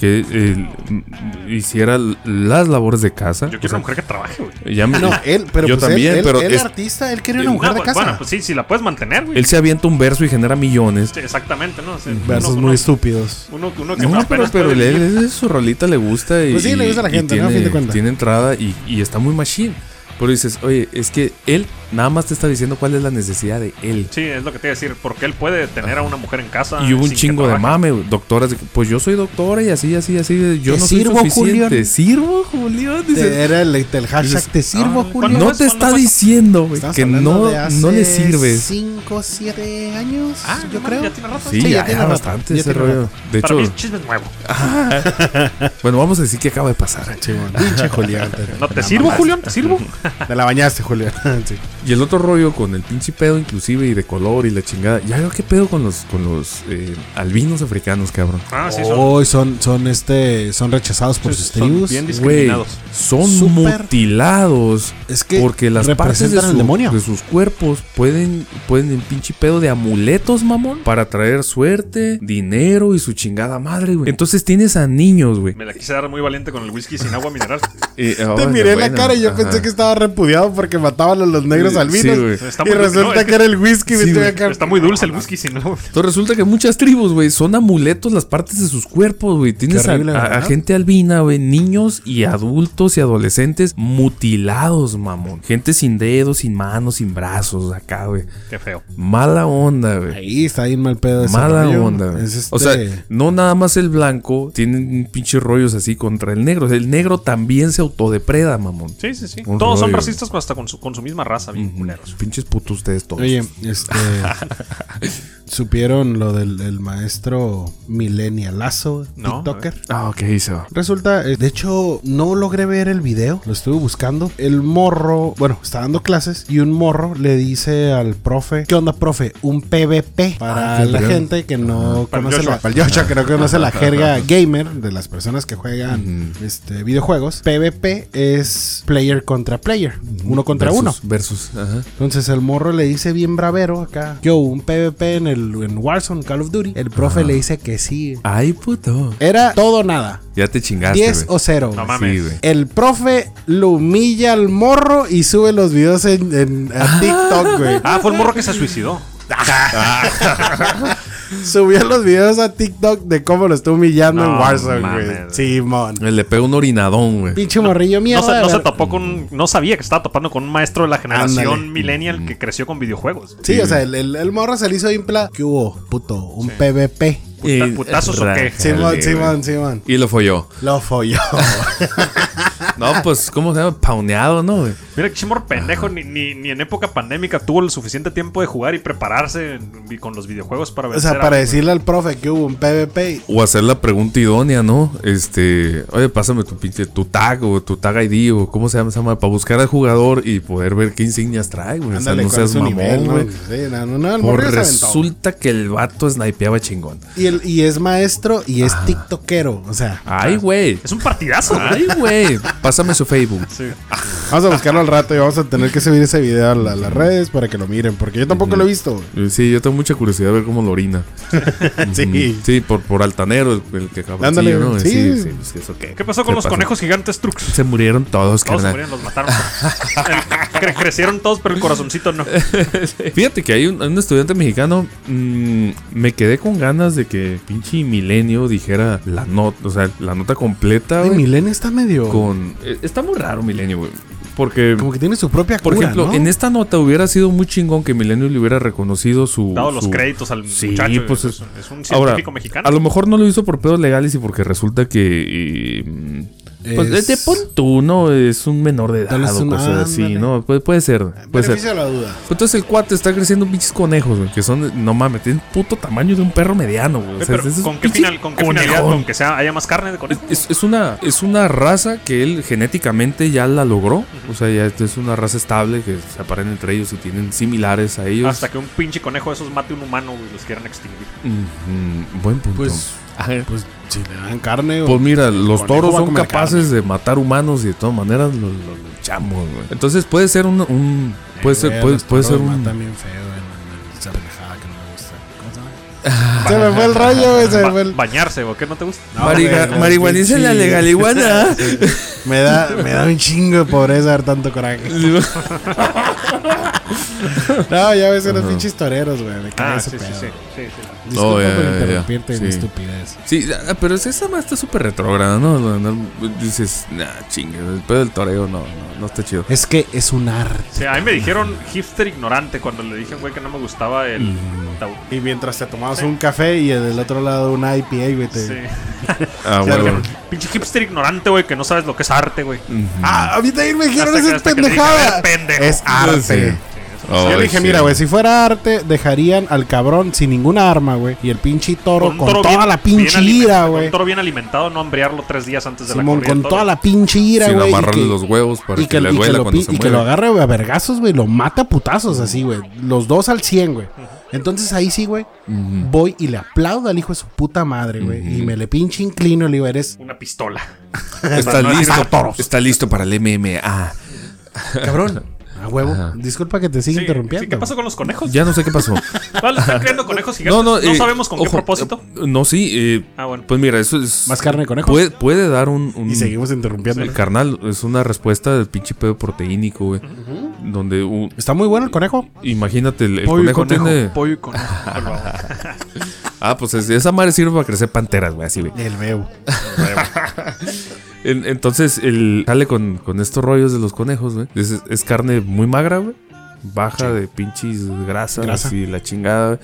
D: que eh, m- hiciera l- las labores de casa.
B: Yo
D: O
B: quiero
D: sea,
B: una mujer que trabaje, güey.
D: ya me-
C: No, él, pero
D: yo
C: pues él-
D: también,
C: él,
D: pero
C: él
D: es-
C: artista, él quería una mujer
B: No,
C: de
B: pues,
C: casa.
B: Bueno, pues sí, si la puedes mantener, güey.
D: él se avienta un verso y genera millones.
B: Sí, Exactamente, ¿no? O sea,
C: Versos
B: uno-
C: muy
B: uno-
C: estúpidos.
B: Uno, uno que
D: No, pero,
B: apenas
D: pero
B: puede
D: él,
B: vivir.
D: él- su rolita le gusta y,
C: Pues sí, le gusta a la
D: y- y
C: gente, ¿no? A
D: tiene,
C: fin de cuentas.
D: tiene entrada y, y está muy machine. Pero dices, oye, es que él nada más te está diciendo cuál es la necesidad de él.
B: Sí, es lo que te iba a decir. Porque él puede tener a una mujer en casa.
D: Y
B: Ah,
D: hubo un
B: sin que
D: chingo de
B: trabaje.
D: mame, güey. doctoras. de que, Pues yo soy doctora y así, así, así. de, Yo
C: Te
D: no soy
C: sirvo,
D: suficiente.
C: Julián.
D: Te sirvo, Julián.
C: Te-
D: Dices,
C: era el, el hashtag
D: dices,
C: te sirvo,
B: "Órale,
C: Julio.
B: ¿cuándo
D: no
B: fue
D: te
B: eso?
D: está
B: ¿Cuándo fue eso?
D: diciendo, güey,
C: Estamos
D: que
C: hablando
D: no,
C: de hace
D: no le sirves.
C: 5, 7 años,
B: Ah,
C: yo
B: no,
C: creo.
B: Ya tiene rato.
D: Sí,
C: Sí, ya
D: ya,
C: tiene
D: ya
C: rato,
D: bastante
C: ya
D: ese
C: tiene
D: rollo.
C: rato.
D: De
B: Para mí
D: hecho,
B: el chisme es nuevo.
D: bueno, vamos a decir que acaba de pasar.
C: Sí, bueno, Ah, pinche Julián.
B: No, te sirvo, Julián, te sirvo.
C: Te la bañaste, Julián. Sí.
D: Y el otro rollo con el pinche pedo, inclusive, y de color y la chingada. Ya veo qué pedo con los, con los eh, albinos africanos, cabrón.
B: Ah, sí,
D: Oh.
B: son,
C: Hoy son, son este, son rechazados por sus
B: son
C: tribus.
B: bien
D: Güey,
B: discriminados.
D: son
C: Súper.
D: mutilados.
C: Es que
D: porque las partes de,
C: representan al
D: su-
C: demonio.
D: de sus cuerpos pueden, pueden en pinche pedo de amuletos, mamón, para traer suerte, dinero y su chingada madre, güey. Entonces tienes a niños, güey.
B: Me la quise dar muy valiente con el whisky sin agua mineral.
D: Eh,
C: Te
D: ahora,
C: miré la
D: bueno,
C: cara y yo
D: ajá.
C: pensé que estaba repudiado porque mataban a los negros
D: Sí,
C: albinos.
D: güey.
B: Está
C: y
B: muy-
C: resulta
B: no, es
C: que era el whisky.
D: Sí,
C: viste,
D: güey.
C: acá.
B: Está muy dulce el
D: Ah.
B: whisky sin agua.
D: Entonces resulta que muchas tribus, güey, son amuletos las partes de sus cuerpos, güey. Tienes
C: Qué
D: a,
C: horrible,
D: a- a
C: ¿verdad?
D: gente albina, güey, niños y adultos y adolescentes mutilados, mamón. Gente sin dedos, sin manos, sin brazos, acá, güey.
B: Qué feo.
D: Mala onda, güey.
C: Ahí está bien mal pedo. ese
D: Mala
C: rollo.
D: onda. güey.
C: Es este-
D: O sea, no nada más el blanco tiene pinches rollos así contra el negro. O sea, El negro también se autodepreda, mamón.
B: Sí, sí, sí.
D: Un
B: Todos son
D: rollo.
B: racistas hasta con su, con su misma raza,
D: Mm.
B: bien culeros.
D: Pinches putos ustedes todos.
C: Oye, este. ¿Supieron lo del, del maestro Millennialazo,
B: No,
C: TikToker?
D: Ah, ok, hizo.
C: Resulta, eh, de hecho, no logré ver el video, lo estuve buscando. El morro, bueno, está dando clases y un morro le dice al profe, ¿qué onda, profe? Un PvP para
D: Ah, qué
C: la
D: bien.
C: gente que no
B: Para el
C: conoce
B: Joshua.
C: la, para el Joshua, que no conoce la jerga gamer de las personas que juegan este, videojuegos. PvP es player contra player, uno contra uno.
D: Versus. Ajá.
C: Entonces el morro le dice bien bravero acá, yo un PvP en el en Warzone, Call of Duty. El profe le dice que sí.
D: Ay, puto.
C: Era todo o nada.
D: Ya te chingaste.
C: 10
D: güey.
C: o 0.
B: Ah, No
D: Sí,
B: mames.
D: güey.
C: El profe lo humilla al morro y sube los videos en, en- a TikTok, güey.
B: Ah, fue el morro que se suicidó.
C: Subía los videos a TikTok de cómo lo está humillando
B: No
C: en Warzone,
B: mames.
C: güey. Simón.
D: Eh, Le pegó un orinadón, güey.
C: Pinche morrillo
B: No
C: mierda.
B: se,
C: de
B: no se
C: ver-
B: topó con. No sabía que estaba topando con un maestro de la generación
C: Ándale.
B: millennial que creció con videojuegos.
C: Sí, o sea, el, el, el morro se le hizo impla. ¿Qué hubo, puto? Un PvP.
B: puta- putazos o qué?
C: Simón,
D: Dale,
C: Simón,
D: güey.
C: Simón.
D: Y lo folló.
C: Lo folló.
D: No, pues, ¿cómo se llama? Pauneado, ¿no? güey?
B: Mira, que Chimor pendejo, ni, ni, ni en época pandémica tuvo el suficiente tiempo de jugar y prepararse en- y con los videojuegos para
C: o
B: vencer.
C: sea,
B: a-
C: para decirle al profe que hubo un PvP.
D: O hacer la pregunta idónea, ¿no? Este, oye, pásame tu pinche, tu tag o tu tag ID o cómo se llama esa madre, para buscar al jugador y poder ver qué insignias trae, güey. O sea,
C: Ándale,
D: no
C: ¿cuál es
D: seas
C: su nivel,
D: mamón,
C: no?
D: güey.
C: Sí, no, no, no, el
D: Pues
C: morrillo se aventó.
D: resulta que el vato snipeaba chingón.
C: Y, el- y es maestro y es tiktokero. O sea,
D: Ay, güey.
B: Es un partidazo, ¿eh?
D: Ay, güey. Pásame su Facebook.
B: Sí.
C: vamos a buscarlo al rato y vamos a tener que subir ese video a, la- a las redes para que lo miren. Porque yo tampoco lo he visto. güey.
D: Sí, yo tengo mucha curiosidad de ver cómo lo orina.
C: sí.
D: Mm. Sí, por, por altanero, el, el que acaba
C: Ándale,
D: ¿no?
C: sí.
D: pues, eso qué.
B: ¿Qué pasó con
D: Se
B: los
D: pasó.
B: conejos gigantes Trux?
D: Se murieron
B: Todos
D: todos,
B: se
D: carnal.
B: murieron, los mataron. El- cre- crecieron todos, pero el corazoncito no.
D: Eh, Fíjate que hay un, un estudiante mexicano. mm, me quedé con ganas de que pinche milenio dijera la nota, o sea, la nota completa.
C: Ay,
D: güey,
C: Milena está medio.
D: con, eh, está muy raro milenio, güey. Porque,
C: Como que tiene su propia
D: por
C: cura,
D: ejemplo,
C: ¿no?
D: en esta nota hubiera sido muy chingón que milenio le hubiera reconocido su.
B: Dado los
D: su-
B: créditos al
D: Sí,
B: muchacho.
D: pues
B: es,
D: es-
B: es un
D: Ahora,
B: científico mexicano. Eh,
D: a lo mejor no lo hizo por pedos legales y porque resulta que. eh, mm, Pues
C: Es-
D: de pon tú, ¿no? Es un menor de edad
C: Tal vez
D: o
C: un-
D: cosas así,
C: ándale.
D: ¿no? Pu- puede ser, puede ser.
C: Eh,
D: Pues,
C: Beneficio de la duda.
D: Entonces el cuate está creciendo pinches conejos, güey. Que son, no mames, tienen puto tamaño de un perro mediano, güey. O
B: Oye,
D: sea,
B: pero
D: es- es
B: ¿Con
D: un
B: qué,
D: pinche
B: final, con qué finalidad?
D: conejón.
B: ¿Con que sea, haya más carne de conejo?
D: Es, es una, es una raza que él genéticamente ya la logró. O sea, ya es una raza estable que se aparean entre ellos y tienen similares a ellos.
B: Hasta que un pinche conejo de esos mate un humano y los quieran extinguir.
D: Mm, mm, buen punto.
C: Pues,
D: Ajá.
C: pues si le dan carne o.
D: Pues mira, los
C: conejo
D: toros
C: va a
D: son
C: comer
D: capaces de matar humanos y de todas maneras los, los luchamos, güey. Entonces puede ser un, un- puede
C: Eh,
D: ser,
C: güey,
D: puede,
C: los
D: puede ser
C: toros
D: un
C: matan bien feo, güey, no, no, Esa pendejada que no me gusta. ¿Cómo se llama? Se me fue el rayo, güey. Se me
B: Ba-
C: fue el.
B: bañarse, ¿o qué no te gusta?
C: No,
D: Mariga-
C: güey, los
D: marihuaniza en la
C: pinches-
D: legaliguana.
C: Me da, me da un chingo de pobreza ver tanto coraje. No, ya ves, eran pinches toreros, güey. Me cae
B: Ah, sí,
C: ese
B: sí,
C: pedo.
B: sí, sí, sí.
C: Disculpa
D: Oh, ya,
C: por
D: ya, ya.
C: interrumpirte en
D: Sí.
C: estupidez.
D: Sí, ah, pero es- esa madre está súper retrógrada, ¿no? No, no, Dices, nah, chingue, el pedo del toreo no, no, no está chido.
C: Es que es un arte.
B: Sí, a mí me dijeron hipster ignorante cuando le dije, güey, que no me gustaba el tau-
C: Y mientras te tomabas un café y del otro lado una IPA, güey. te-
B: Sí.
D: Ah,
C: Sí,
D: bueno.
C: porque-
B: Pinche hipster ignorante, güey, que no sabes lo que es arte, güey.
C: Ah, a mí también me dijeron
B: Hasta que-
C: esas
B: hasta que le dije,
C: pendejadas.
B: "A ver, pendejo".
C: Es arte.
D: Sí.
C: Yo le dije, mira, güey, si fuera arte, dejarían al cabrón sin ninguna arma, güey. Y el pinche toro con, toda
B: bien-
C: la pinche
B: bien aliment-
C: ira,
B: con
C: güey.
B: Un toro bien alimentado, no hambriarlo tres días antes de
C: Simón,
B: la corrida.
C: con
B: del
C: toda
B: toro.
C: la pinche ira,
D: Sin
C: güey. y
D: amarrarle
C: que-
D: los huevos para
C: y
D: que,
C: que,
D: le
C: y que
D: duela
C: lo,
D: cuando
C: pi-
D: se
C: y que lo
D: mueve.
C: agarre güey, a vergazos, güey. Lo mata a putazos así, güey. Los dos al 100, güey. Entonces ahí sí, güey. Voy y le aplaudo al hijo de su puta madre, güey. Y me le pinche inclino y le digo, eres.
B: Una pistola.
D: Está
B: no decir
D: listo, está listo para el MMA.
C: Cabrón. A huevo. Disculpa que te
B: Sí,
C: siga interrumpiendo.
B: sí, ¿Qué pasó con los conejos?
D: Ya no sé qué pasó.
B: Ah, le están creando conejos gigantes. No,
D: eh,
B: sabemos con qué
D: ojo,
B: propósito.
D: eh, No, sí. eh,
B: Ah, bueno.
D: Pues mira, eso es.
C: Más carne de conejo.
D: Puede, puede dar un. un-
C: Y seguimos interrumpiendo.
D: el carnal es una respuesta del pinche pedo proteínico, güey. Donde un-
C: Está muy bueno el conejo.
D: imagínate, el, el
C: Pollo y
D: conejo,
C: conejo.
D: tiene.
B: Pollo y conejo, por favor.
D: Ah, pues es- esa madre sirve para crecer panteras, güey, así, güey.
C: El bebo.
D: En- entonces, el sale con, con estos rollos de los conejos, güey. Es, es carne muy magra, güey. Baja de pinches grasas
C: Grasa.
D: y la chingada. güey.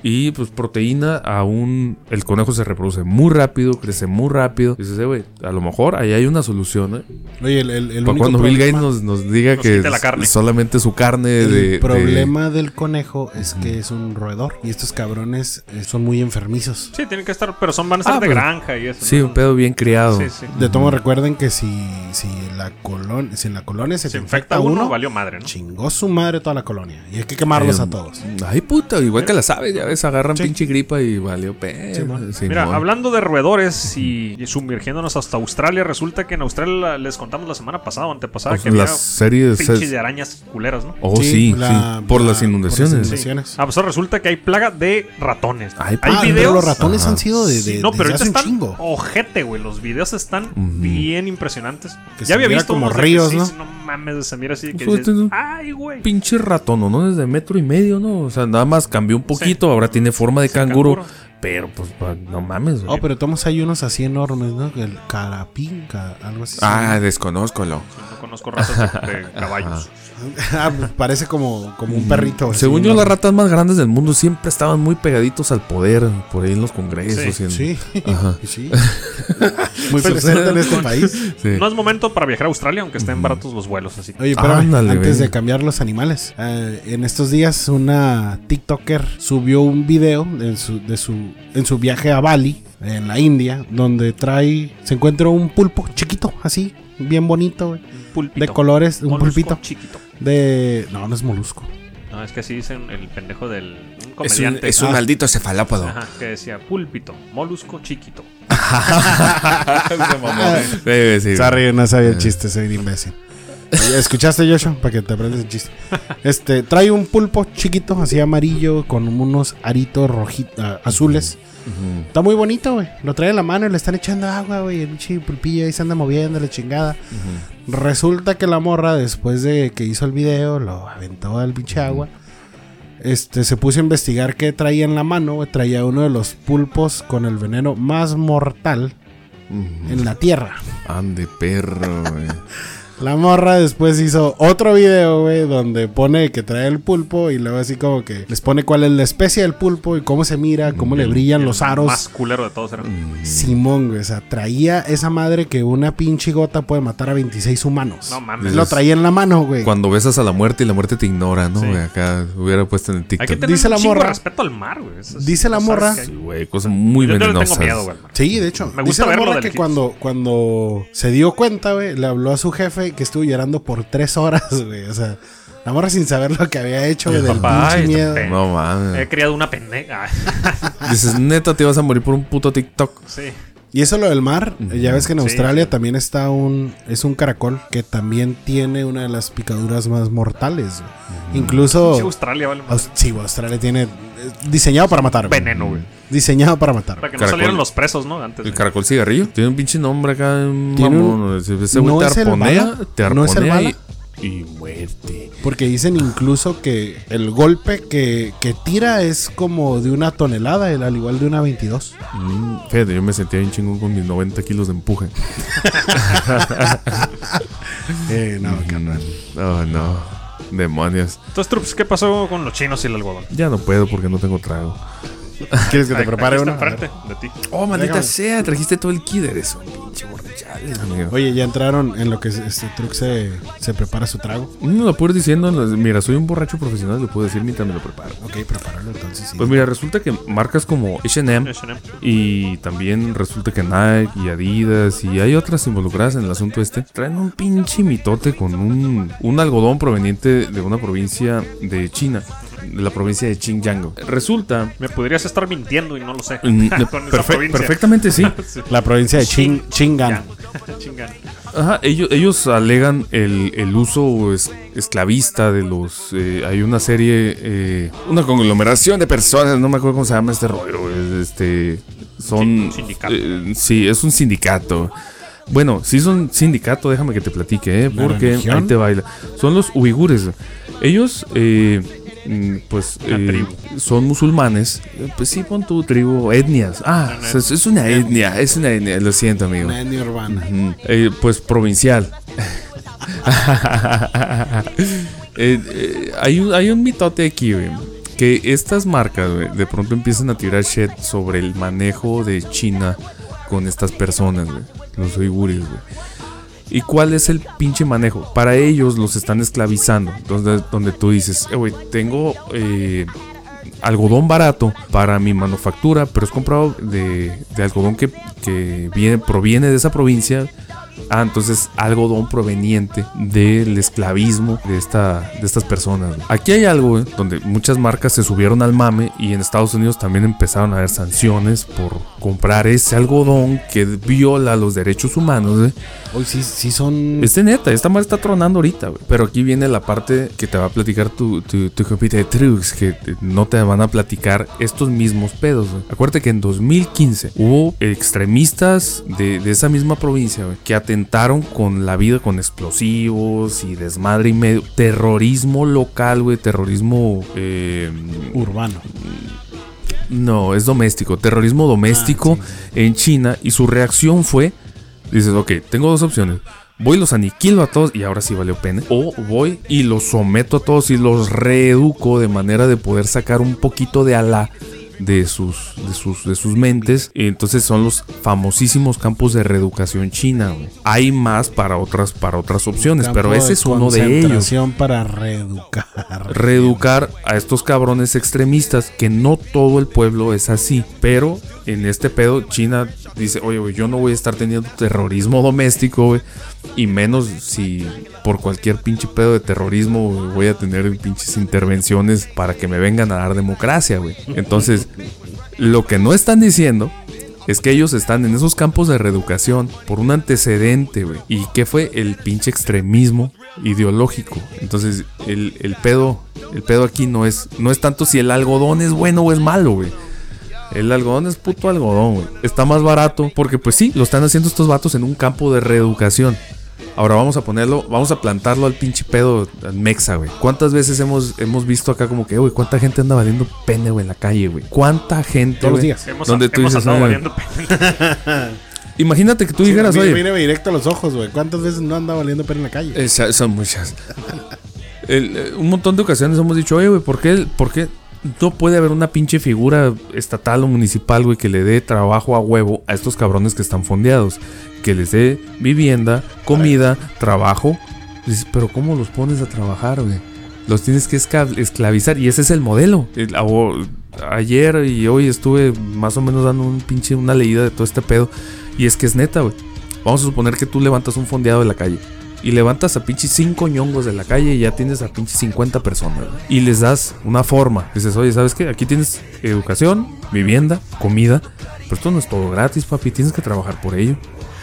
D: Y pues proteína aún. El conejo se reproduce muy rápido, crece muy rápido. Dices, "Eh, güey, a lo mejor ahí hay una solución, ¿eh?
C: Oye, el, el, el
D: Para
C: único
D: cuando Bill Gates
C: problema-
D: nos, nos diga
B: Nos
D: que
B: quite la carne.
D: solamente su carne
C: El
D: de. de-
C: problema del conejo es que es un roedor. Y estos cabrones eh, son muy enfermizos.
B: Sí, tienen que estar, pero son, van a estar
D: Ah,
B: de
D: pues,
B: granja y eso.
D: Sí,
B: ¿no?
D: un pedo bien criado.
B: Sí, sí.
C: De tomo recuerden que si, si la colon, si en la colonia se,
B: Se
C: te
B: infecta uno, valió madre, ¿no?
C: chingó su madre toda la colonia. Y hay que quemarlos
D: Eh,
C: a todos.
D: Ay, puta, igual que la sabes, ya ves, agarran
C: Sí.
D: pinche gripa y valió pe.
C: Simón.
D: Simón.
B: Mira, hablando de roedores y, y sumergiéndonos hasta Australia, resulta que en Australia les contamos la semana pasada o antepasada que
D: las
B: había
D: series.
B: pinches de arañas culeras, ¿no?
D: Oh,
C: Sí,
D: sí,
C: la-
D: sí. Por
C: la-
D: las inundaciones.
C: por las inundaciones.
B: Sí. Ah, pues ahora resulta que hay plaga de ratones.
D: Ay,
B: hay
C: Ah, pero
B: videos.
C: los ratones
D: Ajá.
C: han sido de, de-
B: Sí, no,
C: desde
B: pero ahorita
C: hace un
B: están Oh,
C: chingo.
B: ojete, güey. Los videos están bien impresionantes.
C: Que se
B: ya había
C: mira
B: visto
C: como
B: unos de
C: ríos,
B: que sí,
C: ¿no?
B: sí, no mames, se mira así de que
D: Pues,
B: dices,
D: este,
B: ay, güey.
D: Pinche ratón, ¿no? Desde metro y medio, ¿no? O sea, nada más cambió un poquito, ahora tiene forma de
B: Sí,
D: canguro,
B: canguro.
D: pero pues pa- no mames, güey.
C: Oh, pero tomos hay unos así enormes, ¿no? El carapín, ca- algo así.
E: Ah, desconózcolo.
B: No conozco razas de, de caballos.
C: Ah, pues parece como, como un perrito. así,
D: Mm. Según yo,
C: ¿no?
D: las ratas más grandes del mundo siempre estaban muy pegaditos al poder, por ahí en los congresos.
B: Sí.
D: y en-
C: Sí.
D: Ajá.
C: sí. Muy presente en este país.
D: Sí.
B: No es momento para viajar a Australia, aunque estén baratos los vuelos, así que.
C: Oye, pero
D: Ándale,
C: antes
D: güey.
C: de cambiar los animales, eh, en estos días una TikToker subió un video en su, de su, en su viaje a Bali, en la India, donde trae, se encuentra un pulpo chiquito, así, bien bonito, güey,
B: Un pulpito.
C: de colores, un
B: Molusco
C: pulpito
B: chiquito.
C: de, no, no es molusco.
B: No, es que así dicen el pendejo del un
E: Es un,
B: comediante.
E: es un
C: Ah.
E: maldito cefalópodo.
B: Ajá, que decía pulpito, molusco chiquito.
D: Sí, güey, sí, güey.
C: Sorry, no sabía el chiste, soy un imbécil. Oye, ¿Escuchaste, Joshua? Para que te aprendas el chiste. Este, trae un pulpo chiquito, así amarillo, con unos aritos rojitos, azules. Está muy bonito, güey. Lo trae en la mano y le están echando agua, güey. El pinche pulpillo ahí se anda moviendo, la chingada. Resulta que la morra, después de que hizo el video, lo aventó al pinche agua. Este, se puso a investigar qué traía en la mano, güey. Traía uno de los pulpos con el veneno más mortal
D: Ujú.
C: en la tierra.
D: Ande, perro, güey.
C: La morra después hizo otro video, güey, donde pone que trae el pulpo y luego así como que les pone cuál es la especie del pulpo y cómo se mira, cómo le brillan los aros.
B: Más culero de todos era.
C: Simón, güey, o sea, traía esa madre que una pinche gota puede matar a 26 humanos.
B: No mames.
C: Lo traía en la mano, güey.
D: Cuando besas a la muerte y la muerte te ignora, ¿no?
B: Sí.
D: güey? Acá hubiera puesto en el
B: Hay que
D: TikTok.
B: tener
C: Dice
B: un
C: la
B: chingo de
C: morra.
B: respeto al mar, güey. Eso es-
C: Dice la
B: no sabes
C: morra.
B: qué hay.
D: Sí, güey, cosas muy
B: Yo no le
D: venenosas.
B: tengo miedo, güey. al mar.
C: Sí, de hecho.
B: Me gusta
C: dice la
B: verlo
C: morra
B: del
C: que
B: GIF.
C: cuando, cuando se dio cuenta, güey, le habló a su jefe que estuvo llorando por tres horas, güey. O sea, la morra sin saber lo que había hecho, güey, del
B: papá,
C: pinche
B: ay,
C: miedo.
B: también.
D: No mames.
B: He criado una pendeja.
D: Dices, neta, te vas a morir por un puto TikTok.
B: sí.
C: Y eso lo del mar, ya ves que en
B: Sí,
C: Australia
B: sí.
C: también está un es un caracol que también tiene una de las picaduras más mortales. güey.
B: Sí,
C: Incluso
B: Australia, vale. más.
C: Aus- sí, güey, Australia tiene eh, diseñado para matar. güey.
B: Veneno, güey.
C: Diseñado para matar.
B: Para que no
D: Caracol.
B: salieran los presos, ¿no? Antes.
D: El
B: güey.
D: caracol cigarrillo. Tiene un pinche nombre acá. un
C: Tiene un-
D: Mamón. Ese ese güey
C: ¿No
D: te
C: es el
D: arponea.
C: bala?
D: Te
C: ¿No es el
D: arponea
C: bala?
D: y- y muerte.
C: Porque dicen incluso que el golpe que, que tira es como de una tonelada, el- al igual de una 22.
D: Mm, fíjate, yo me sentía bien chingón con mis 90 kilos de empuje.
C: Eh, no, carnal.
D: Oh, no. Demonios.
B: Entonces, Trups, ¿qué pasó con los chinos y el algodón?
D: Ya no puedo porque no tengo trago.
C: ¿Quieres que te
B: Aquí
C: prepare
B: está
C: una?
B: enfrente de ti.
D: Oh, maldita
C: Déjame.
D: sea. Trajiste todo el key de eso. Pinche borrachales, amigo.
C: Oye, ya entraron en lo que este truc se, se prepara su trago.
D: No lo puedo ir diciendo. las- Mira, soy un borracho profesional. Lo puedo decir mientras me lo preparo.
C: Ok, prepáralo entonces. sí.
D: Pues mira, resulta que marcas como HM
B: H&M.
D: y también resulta que Nike y Adidas y hay otras involucradas en el asunto este traen un pinche mitote con un, un algodón proveniente de una provincia de China, de la provincia de Xinjiang. Resulta.
B: Me podrías estar mintiendo y no lo sé.
D: mm,
B: Con esa
D: perfe-
B: provincia.
D: perfectamente sí.
C: La provincia de Ching, Chingan.
B: Ya. Chingan.
D: Ajá, ellos, ellos alegan el, el uso es- esclavista de los. eh, hay una serie. eh, una conglomeración de personas, no me acuerdo cómo se llama este rollo. es- Este.
B: Sí,
D: Son.
B: un sindicato.
D: eh, sí, es un sindicato. Bueno, sí son sindicato, déjame que te platique, ¿eh?
C: ¿La
D: Porque
C: religión?
D: ahí te baila. Son los uigures. Ellos. eh, mm, pues
B: Una
D: eh,
B: tribu.
D: son musulmanes. Eh, Pues sí, pon tu tribu, etnias. Ah,
B: Una
D: o sea, es, es una etnia, es una etnia, lo siento, amigo.
C: Una etnia urbana.
D: Mm, eh, pues provincial. Eh, eh, hay, un, hay un mitote aquí, güey, Que estas marcas, güey, de pronto empiezan a tirar shit sobre el manejo de China con estas personas, güey, Los uigures, güey. ¿Y cuál es el pinche manejo? Para ellos los están esclavizando. Donde, donde tú dices, "Eh, güey, tengo eh, algodón barato para mi manufactura, pero es comprado de, de algodón que, que viene, proviene de esa provincia. Ah, entonces algodón proveniente del esclavismo de, esta, de estas personas. güey. Aquí hay algo güey, donde muchas marcas se subieron al mame y en Estados Unidos también empezaron a haber sanciones por comprar ese algodón que viola los derechos humanos. eh, güey.
C: Hoy sí, sí son.
D: Este neta, esta madre está tronando ahorita, güey. Pero aquí viene la parte que te va a platicar tu, tu, tu compita de Trux, que te- no te van a platicar estos mismos pedos, güey. Acuérdate que en 2015 hubo extremistas de, de esa misma provincia, güey, que atentaron con la vida con explosivos y desmadre y medio. Terrorismo local, güey, terrorismo... eh,
C: urbano.
D: No, es doméstico, terrorismo
C: Ah,
D: doméstico en China y su reacción fue, dices, ok, tengo dos opciones. Voy y los aniquilo a todos y ahora sí valió pena. O voy y los someto a todos y los reeduco de manera de poder sacar un poquito de ala de sus, de sus, de sus mentes. Y entonces son los famosísimos campos de reeducación china. güey. Hay más para otras, para otras opciones, pero ese es uno de ellos
C: Concentración para reeducar.
D: reeducar a estos cabrones extremistas, que no todo el pueblo es así, pero en este pedo China dice, oye, güey, yo no voy a estar teniendo terrorismo doméstico, güey, y menos si por cualquier pinche pedo de terrorismo güey, voy a tener pinches intervenciones para que me vengan a dar democracia, güey. Entonces, lo que no están diciendo es que ellos están en esos campos de reeducación por un antecedente, güey. ¿Y qué fue? El pinche extremismo ideológico. Entonces, el, el pedo, el pedo aquí no es, no es tanto si el algodón es bueno o es malo, güey. El algodón es puto algodón, güey. Está más barato porque, pues sí, lo están haciendo estos vatos en un campo de reeducación. Ahora vamos a ponerlo, vamos a plantarlo al pinche pedo al mexa, güey. ¿Cuántas veces hemos, hemos visto acá como que, "Eh, güey, cuánta gente anda valiendo pene, güey, en la calle, güey? ¿Cuánta gente?
C: Todos los
D: güey?
C: días.
B: Hemos,
D: Donde tú
B: hemos
D: dices,
B: andado
D: "Oye,
B: valiendo pena.
D: Imagínate que tú
C: Sí,
D: dijeras,
C: mire-
D: oye,
C: míreme directo a los ojos, güey. ¿Cuántas veces no anda valiendo pena en la calle?
D: Esa- Eh, son muchas. El, eh, un montón de ocasiones hemos dicho, oye, güey, ¿por qué, ¿por qué no puede haber una pinche figura estatal o municipal, güey, que le dé trabajo a huevo a estos cabrones que están fondeados? Que les dé vivienda, comida, trabajo. Dices, pero ¿cómo los pones a trabajar, güey? Los tienes que esca- esclavizar y ese es el modelo. El- a- o- ayer y hoy estuve más o menos dando un pinche una leída de todo este pedo y es que es neta, güey. Vamos a suponer que tú levantas un fondeado de la calle y levantas a pinche cinco ñongos de la calle y ya tienes a pinche 50 personas. güey. Y les das una forma. Dices, oye, ¿sabes qué? Aquí tienes educación, vivienda, comida. Pero esto no es todo gratis, papi. Tienes que trabajar por ello.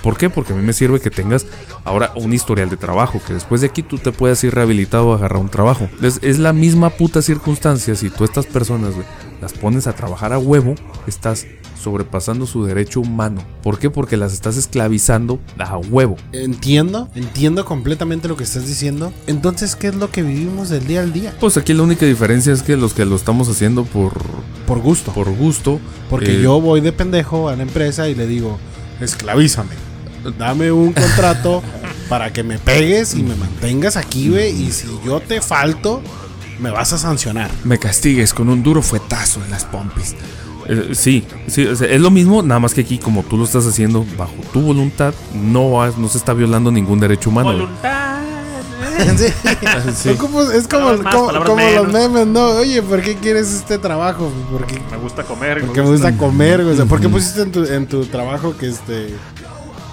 D: ¿Por qué? Porque a mí me sirve que tengas ahora un historial de trabajo, que después de aquí tú te puedas ir rehabilitado a agarrar un trabajo. Es, es la misma puta circunstancia si tú a estas personas güey, las pones a trabajar a huevo, estás sobrepasando su derecho humano. ¿Por qué? Porque las estás esclavizando a huevo.
C: Entiendo, entiendo completamente lo que estás diciendo. Entonces, ¿qué es lo que vivimos del día al día?
D: Pues aquí la única diferencia es que los que lo estamos haciendo por,
C: Por gusto.
D: por gusto.
C: Porque
D: eh,
C: yo voy de pendejo a la empresa y le digo, esclavízame. Dame un contrato para que me pegues y me mantengas aquí, güey. Y si yo te falto, me vas a sancionar.
E: Me castigues con un duro fuetazo en las pompis.
D: eh, sí, sí, o sea, es lo mismo, nada más que aquí como tú lo estás haciendo bajo tu voluntad, no, vas- no se está violando ningún derecho humano. güey.
B: Voluntad.
C: Sí.
D: Ah, Sí.
C: Es como, es como,
B: Palabras más,
C: como-
B: palabras
C: como los
B: menos.
C: memes, ¿no? Oye, ¿por qué quieres este trabajo? ¿Por qué,
B: Me gusta comer.
C: porque me gusta comer, güey. O sea, ¿Por qué pusiste en tu, en tu trabajo que este...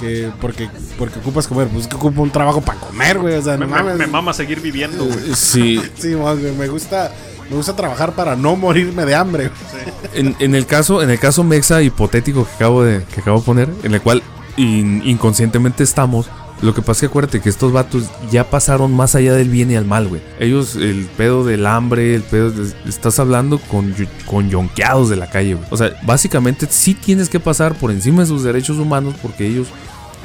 C: Que porque, porque ocupas comer? Pues que ocupo un trabajo para comer, güey. O sea,
B: Me,
C: no
B: me-
C: mames.
B: me mama seguir viviendo, güey.
D: Sí,
C: Sí, más, güey, me gusta... Me gusta trabajar para no morirme de hambre. güey.
D: en, en el caso, en el caso mexa hipotético que acabo de, que acabo de poner, en el cual in- inconscientemente estamos. Lo que pasa es que acuérdate que estos vatos ya pasaron más allá del bien y al mal, güey. Ellos, el pedo del hambre, el pedo. de- estás hablando con, yo- con yonqueados de la calle, güey. O sea, básicamente sí tienes que pasar por encima de sus derechos humanos porque ellos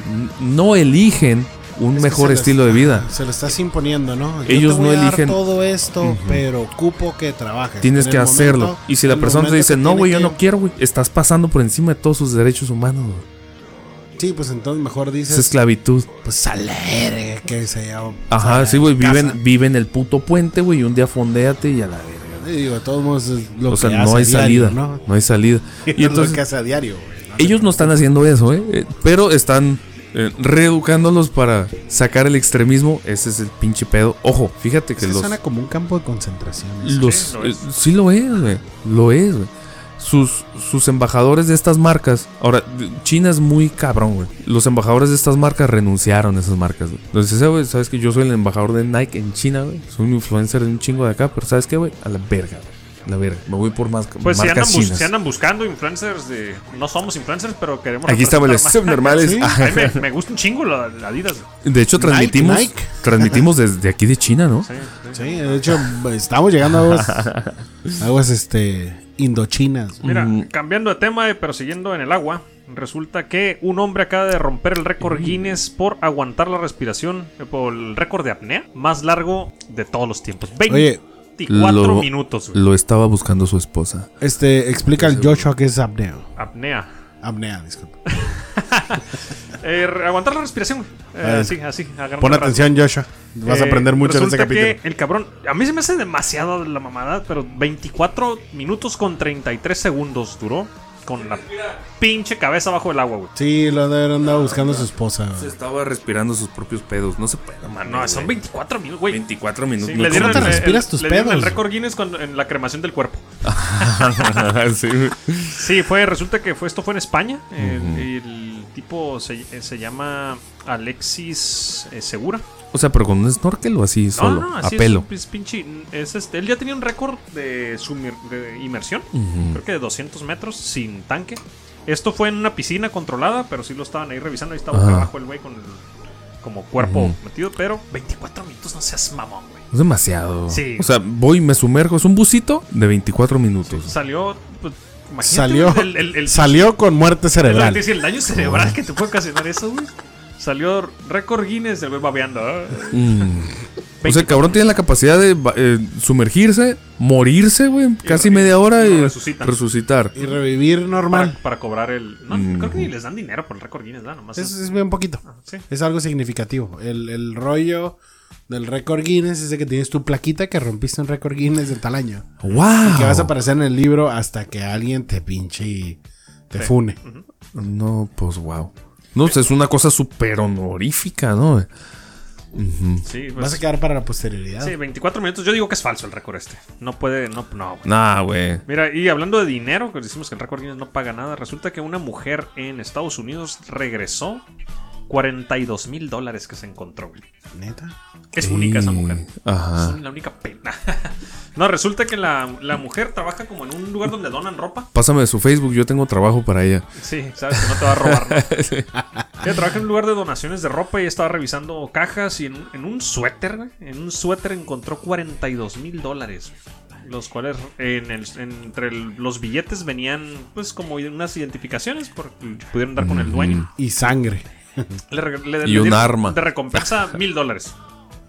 D: n- no eligen un
C: Es que
D: mejor
C: se les-
D: estilo de vida.
C: Se lo estás imponiendo, ¿no? Yo
D: Ellos
C: te voy
D: no
C: a dar
D: eligen-
C: todo esto, pero ocupo que trabajes.
D: Tienes
C: En
D: que
C: el
D: hacerlo.
C: momento-
D: y si la
C: en el
D: persona te
C: momento
D: dice,
C: que
D: no,
C: tiene
D: güey, yo
C: que-
D: no quiero, güey, estás pasando por encima de todos sus derechos humanos, güey.
C: Sí, pues entonces mejor
D: Es
C: dices,
D: esclavitud.
C: pues sale, que se llama.
D: Ajá, sí, güey, viven, viven el puto puente, güey, y un día fondéate y a la verga.
C: Y digo, de todos modos es lo
D: O sea,
C: que
D: no
C: hace
D: hay
C: diario,
D: salida,
C: ¿no?
D: ¿no? hay salida. Y
C: es lo que
D: entonces,
C: hace a diario, güey.
D: ellos no están haciendo eso, ¿eh? Eh, Pero están eh, reeducándolos para sacar el extremismo. Ese es el pinche pedo. Ojo, fíjate que
C: Es que
D: los...
C: suena como un campo de concentración. eso.
D: Los,
B: Sí, lo
D: eh,
B: es.
D: sí lo es, güey. Lo es, güey. Sus, sus embajadores de estas marcas. Ahora, de- China es muy cabrón, güey. Los embajadores de estas marcas renunciaron a esas marcas, güey. Entonces, eh, güey, sabes que yo soy el embajador de Nike en China, güey. Soy un influencer de un chingo de acá, pero ¿sabes qué, güey? A la verga, güey. A La verga. Me voy por más
B: Pues si andan,
D: marcas
B: bus-
D: chinas.
B: si andan buscando influencers de... No somos influencers, pero queremos...
D: Aquí estamos los
B: representar
D: subnormales.
B: más.
D: Ajá.
B: A mí me, me gusta un chingo la, la Adidas.
D: De hecho,
C: Nike,
D: transmitimos,
C: Nike.
D: transmitimos desde aquí de China, ¿no?
B: Sí, sí.
C: Sí, de hecho, estamos llegando a aguas, aguas este, indochinas.
B: Mira, cambiando de tema, eh, pero siguiendo en el agua, resulta que un hombre acaba de romper el récord Guinness por aguantar la respiración, eh, por el récord de apnea más largo de todos los tiempos. Vein-
C: Oye,
B: 24 minutos. güey.
D: Lo estaba buscando su esposa.
C: Este, explica al Joshua que es apnea.
B: Apnea.
C: Apnea, disculpa.
B: Eh, re- aguantar la respiración. güey. Eh,
C: Vale.
B: así, así. agarrar
C: Pon
B: la raza.
C: atención, Joshua. Vas a
B: Eh,
C: aprender mucho en este
B: resulta
C: capítulo.
B: que el cabrón, a mí se me hace demasiado la mamada, pero 24 minutos con 33 segundos duró con la pinche cabeza bajo el agua, güey.
C: Sí, lo de- andaba buscando a su esposa. güey.
D: Se estaba respirando sus propios pedos. No se puede, man.
B: No, son 24 minutos, güey.
D: 24 minutos.
B: Sí,
D: no
B: le dieron,
C: te
B: el-
C: respiras
B: el-
C: tus
B: le dieron el
C: pedos?
B: récord Guinness cuando- en la cremación del cuerpo.
D: Sí, güey.
B: Sí, fue, resulta que fue, esto fue en España. El, el tipo se, eh, se llama Alexis eh, Segura.
D: O sea, pero con un snorkel o así
B: No,
D: solo.
B: no, no,
D: a
B: así es,
D: pelo.
B: es pinche- es este, él ya tenía un récord de, sumir- de inmersión, creo que de 200 metros sin tanque. Esto fue en una piscina controlada, pero sí lo estaban ahí revisando. Ahí estaba
D: Ajá.
B: abajo el güey con el, como cuerpo metido, pero 24 minutos no seas mamón, güey.
D: Es demasiado.
B: Sí.
D: O sea, voy, me sumerjo. Es un busito de 24 minutos.
B: Salió, pues, imagínate,
C: Salió,
B: güey, el- el- el-
C: salió con muerte
B: Es lo que
C: cerebral.
B: te decía, el daño cerebral que te puede ocasionar eso, güey. Salió récord Guinness del güey babeando. ah.
D: Mm. O sea, el cabrón tiene la capacidad de ba- eh, sumergirse, morirse, güey, casi
B: re-
D: media hora
B: y
D: y,
B: lo resucitan.
D: resucitar.
C: Y revivir
B: Para,
C: normal.
B: para cobrar el. No, creo que ni les dan dinero por el récord Guinness, ¿no? Nomás.
C: Es, es bien poquito.
B: sí.
C: Es algo significativo. El, el rollo del récord Guinness es de que tienes tu plaquita que rompiste un récord Guinness de tal año.
D: ¡Wow!
C: Y que vas a aparecer en el libro hasta que alguien te pinche y te fune.
D: No, pues wow. No, o sea, es una cosa súper honorífica, ¿no?
B: Sí, pues,
C: Vas a quedar para la posterioridad.
B: sí, 24 minutos. Yo digo que es falso el récord este. No puede, no, no, güey.
D: Nah, güey.
B: Mira, y hablando de dinero, que decimos que el récord Guinness no paga nada, resulta que una mujer en Estados Unidos regresó 42 mil dólares que se encontró, güey.
C: Neta.
B: Es única esa mujer.
D: Ajá.
B: Es la única pena. no, resulta que la, la mujer trabaja como en un lugar donde donan ropa.
D: Pásame su Facebook, yo tengo trabajo para ella.
B: Sí, sabes que no te va a robar. ¿no? Ella trabaja en un lugar de donaciones de ropa y estaba revisando cajas y en, un- en un suéter, güey, en un suéter encontró 42 mil dólares. Los cuales en el- entre el- los billetes venían pues como unas identificaciones porque pudieron dar con el dueño.
C: Y sangre.
B: Le, reg- le- le
D: Y un
B: dieron
D: arma.
B: De recompensa mil dólares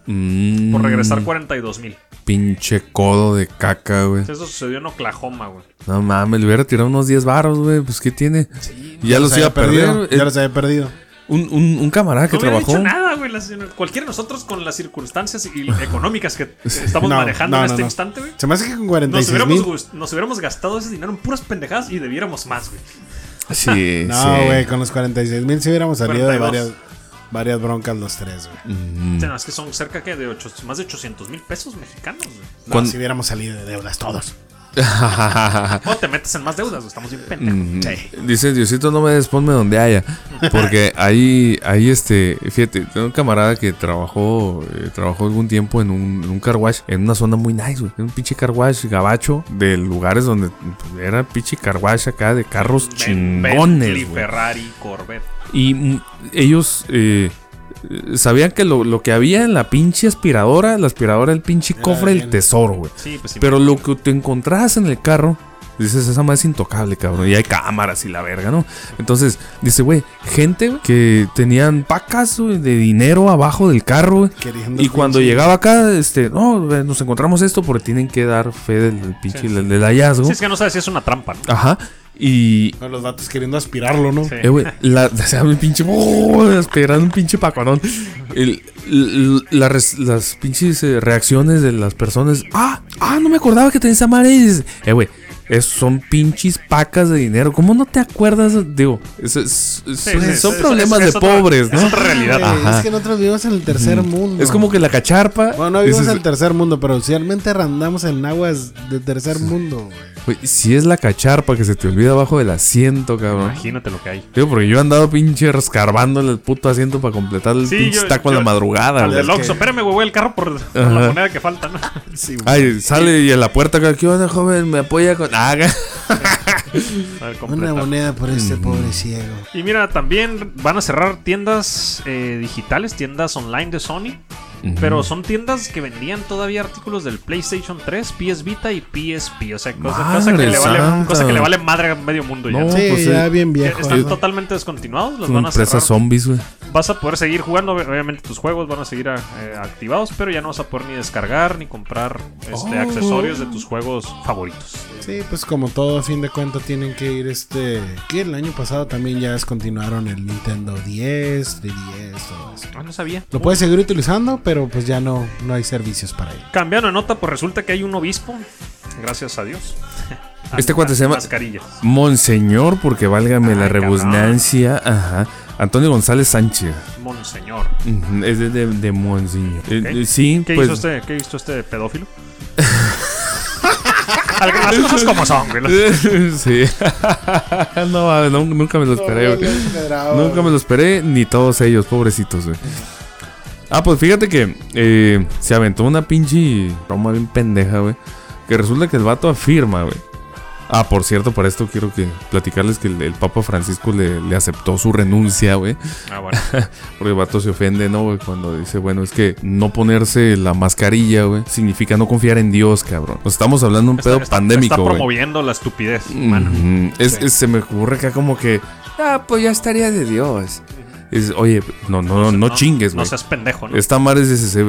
D: Mm,
B: por regresar 42 mil.
D: Pinche codo de caca, güey.
B: Eso sucedió en Oklahoma, güey.
D: No mames, le hubiera tirado unos 10 barros, güey. Pues, ¿qué tiene? ya los iba a
C: perdido.
D: perder.
C: Ya
D: Eh,
C: los había perdido.
D: Un, un- un camarada que
B: no hubiera
D: trabajó.
B: hecho nada, güey. la señora- Cualquiera de nosotros con las circunstancias y económicas que estamos
C: No,
B: manejando
C: no,
B: en
C: no,
B: este
C: no.
B: instante, güey.
C: Se me hace que con
B: Nos
C: 46
B: hubiéramos,
C: mil.
B: gus- nos hubiéramos gastado ese dinero en puras pendejadas y debiéramos más, güey.
D: Sí,
C: No,
D: sí.
C: güey, con los 46 mil si hubiéramos salido
B: 42.
C: de varias, varias broncas los tres,
D: Mm.
C: güey.
B: O sea, es que son cerca que de ocho- más de 800 mil pesos mexicanos, güey.
C: No,
D: Con-
C: Si hubiéramos salido de deudas todos.
B: O te metes en más deudas, güey, estamos
D: Mm,
B: bien pendejos.
C: Sí.
D: Dice, Diosito, no me desponme donde haya. Porque ahí, ahí este, fíjate, tengo un camarada que trabajó, eh, trabajó algún tiempo en un, en un car wash, en una zona muy nice, güey. En un pinche car wash gabacho, de lugares donde pues, era pinche car wash acá de carros
B: Ben- Bentley,
D: chingones, güey.
B: Ferrari, Corvette.
D: Y mm, ellos eh, eh, sabían que lo, lo que había en la pinche aspiradora, la aspiradora, el pinche cofre, el
C: bien.
D: tesoro, güey.
B: Sí, pues sí.
D: Pero lo que te encontrabas en el carro, dices, esa madre es intocable, cabrón. Y hay cámaras y la verga, ¿no? Entonces, dice, güey, gente güey, que tenían pacas güey, de dinero abajo del carro, güey.
C: Queriendo
D: Y cuando
C: pinche-
D: llegaba acá, este, no, güey, nos encontramos esto porque tienen que dar fe del, del pinche
B: Sí.
D: del, del hallazgo.
B: Sí, es que no sabes si es una trampa, ¿no?
D: Ajá. Y,
C: No, los vatos queriendo aspirarlo, ¿no?
B: Sí.
D: eh, güey, la, o sea, un pinche. ¡oh! esperando un pinche paconón. El- l- la res- las pinches eh, reacciones de las personas. Ah, ah, no me acordaba que tenías esa madre. Y dices, Eh, güey, es- son pinches pacas de dinero. ¿Cómo no te acuerdas? Digo, es- es- es-
B: Sí, sí,
D: son
B: sí, es-
D: problemas de
B: es otra-
D: pobres,
B: Es
D: ¿no? Ah.
B: otra realidad.
C: Güey,
D: Ajá.
C: Es que nosotros vivimos en el tercer mundo.
D: Es como que la cacharpa.
C: Bueno, no vivimos
D: dices,
C: en el tercer mundo, pero realmente randamos en aguas de tercer mundo, güey.
D: güey, si es la cacharpa que se te olvida abajo del asiento, cabrón.
B: Imagínate lo que hay.
D: Digo, porque yo he andado pinche rescarbándole el puto asiento para completar el
B: Sí,
D: pinche
B: yo-
D: taco a
B: yo-
D: la
B: Al
D: madrugada, güey.
B: del Oxxo, espérame, güey, voy al carro por, por la moneda que falta, ¿no?
D: Ay, sale y en la puerta acá, ¿qué onda, joven? ¿Me apoya con...? Ah,
B: A ver,
C: Una
B: completar.
C: moneda por este pobre ciego.
B: Y mira, también van a cerrar tiendas eh, digitales, tiendas online de Sony. Pero son tiendas que vendían todavía artículos del PlayStation 3, PS Vita y PSP. O sea, cosa, cosa que,
D: Madre
B: le vale,
D: santa.
B: cosa que le vale madre a medio mundo ya.
D: No,
C: Sí,
D: pues,
C: ya
D: eh,
C: bien
B: Que
C: viejo.
B: Están
C: ¿no?
B: totalmente descontinuados, los
D: Son
B: van a cerrar.
D: empresas zombies, güey.
B: Vas a poder seguir jugando, ob- obviamente tus juegos van a seguir a- eh, activados, pero ya no vas a poder ni descargar ni comprar este,
D: Oh.
B: accesorios de tus juegos favoritos.
C: Sí, pues como todo, a fin de cuentas tienen que ir este... Que el año pasado también ya descontinuaron el Nintendo 10, 3DS, todo eso.
B: Ah, no sabía.
C: Lo puedes seguir utilizando, pero pues ya no, no hay servicios para él.
B: Cambiando de nota, pues resulta que hay un obispo, gracias a Dios.
D: Este cuate se llama-
B: Mascarillas.
D: Monseñor, porque válgame la
B: Ay, cabrón.
D: rebusnancia. Ajá. Antonio González Sánchez.
B: Monseñor.
D: Ujú, Es de, de, de Monseñor. Eh,
B: Ok.
D: eh, sí,
B: ¿Qué,
D: pues.
B: hizo este, ¿Qué hizo este pedófilo? Algunas cosas como son, güey.
D: sí. no, no, nunca me lo esperé, güey. Nunca me lo esperé, ni todos ellos, pobrecitos, güey. Ah, pues fíjate que eh, se aventó una pinche broma bien pendeja, güey. Que resulta que el vato afirma, güey. Ah, por cierto, para esto quiero que platicarles que el, el Papa Francisco le, le aceptó su renuncia, güey.
B: Ah, bueno.
D: Porque el vato se ofende, ¿no? güey? Cuando dice, bueno, es que no ponerse la mascarilla, güey, significa no confiar en Dios, cabrón. Nos estamos hablando de un
B: Está-
D: pedo
B: está-
D: pandémico,
B: Está
D: güey. Mm,
B: promoviendo la estupidez. humana.
D: Ujú. Es- es- se me ocurre acá como que, ah, pues ya estaría de Dios. Es, oye, no, no, no, chingues,
B: No
D: güey.
B: seas pendejo, ¿no?
D: Esta madre es, es, es,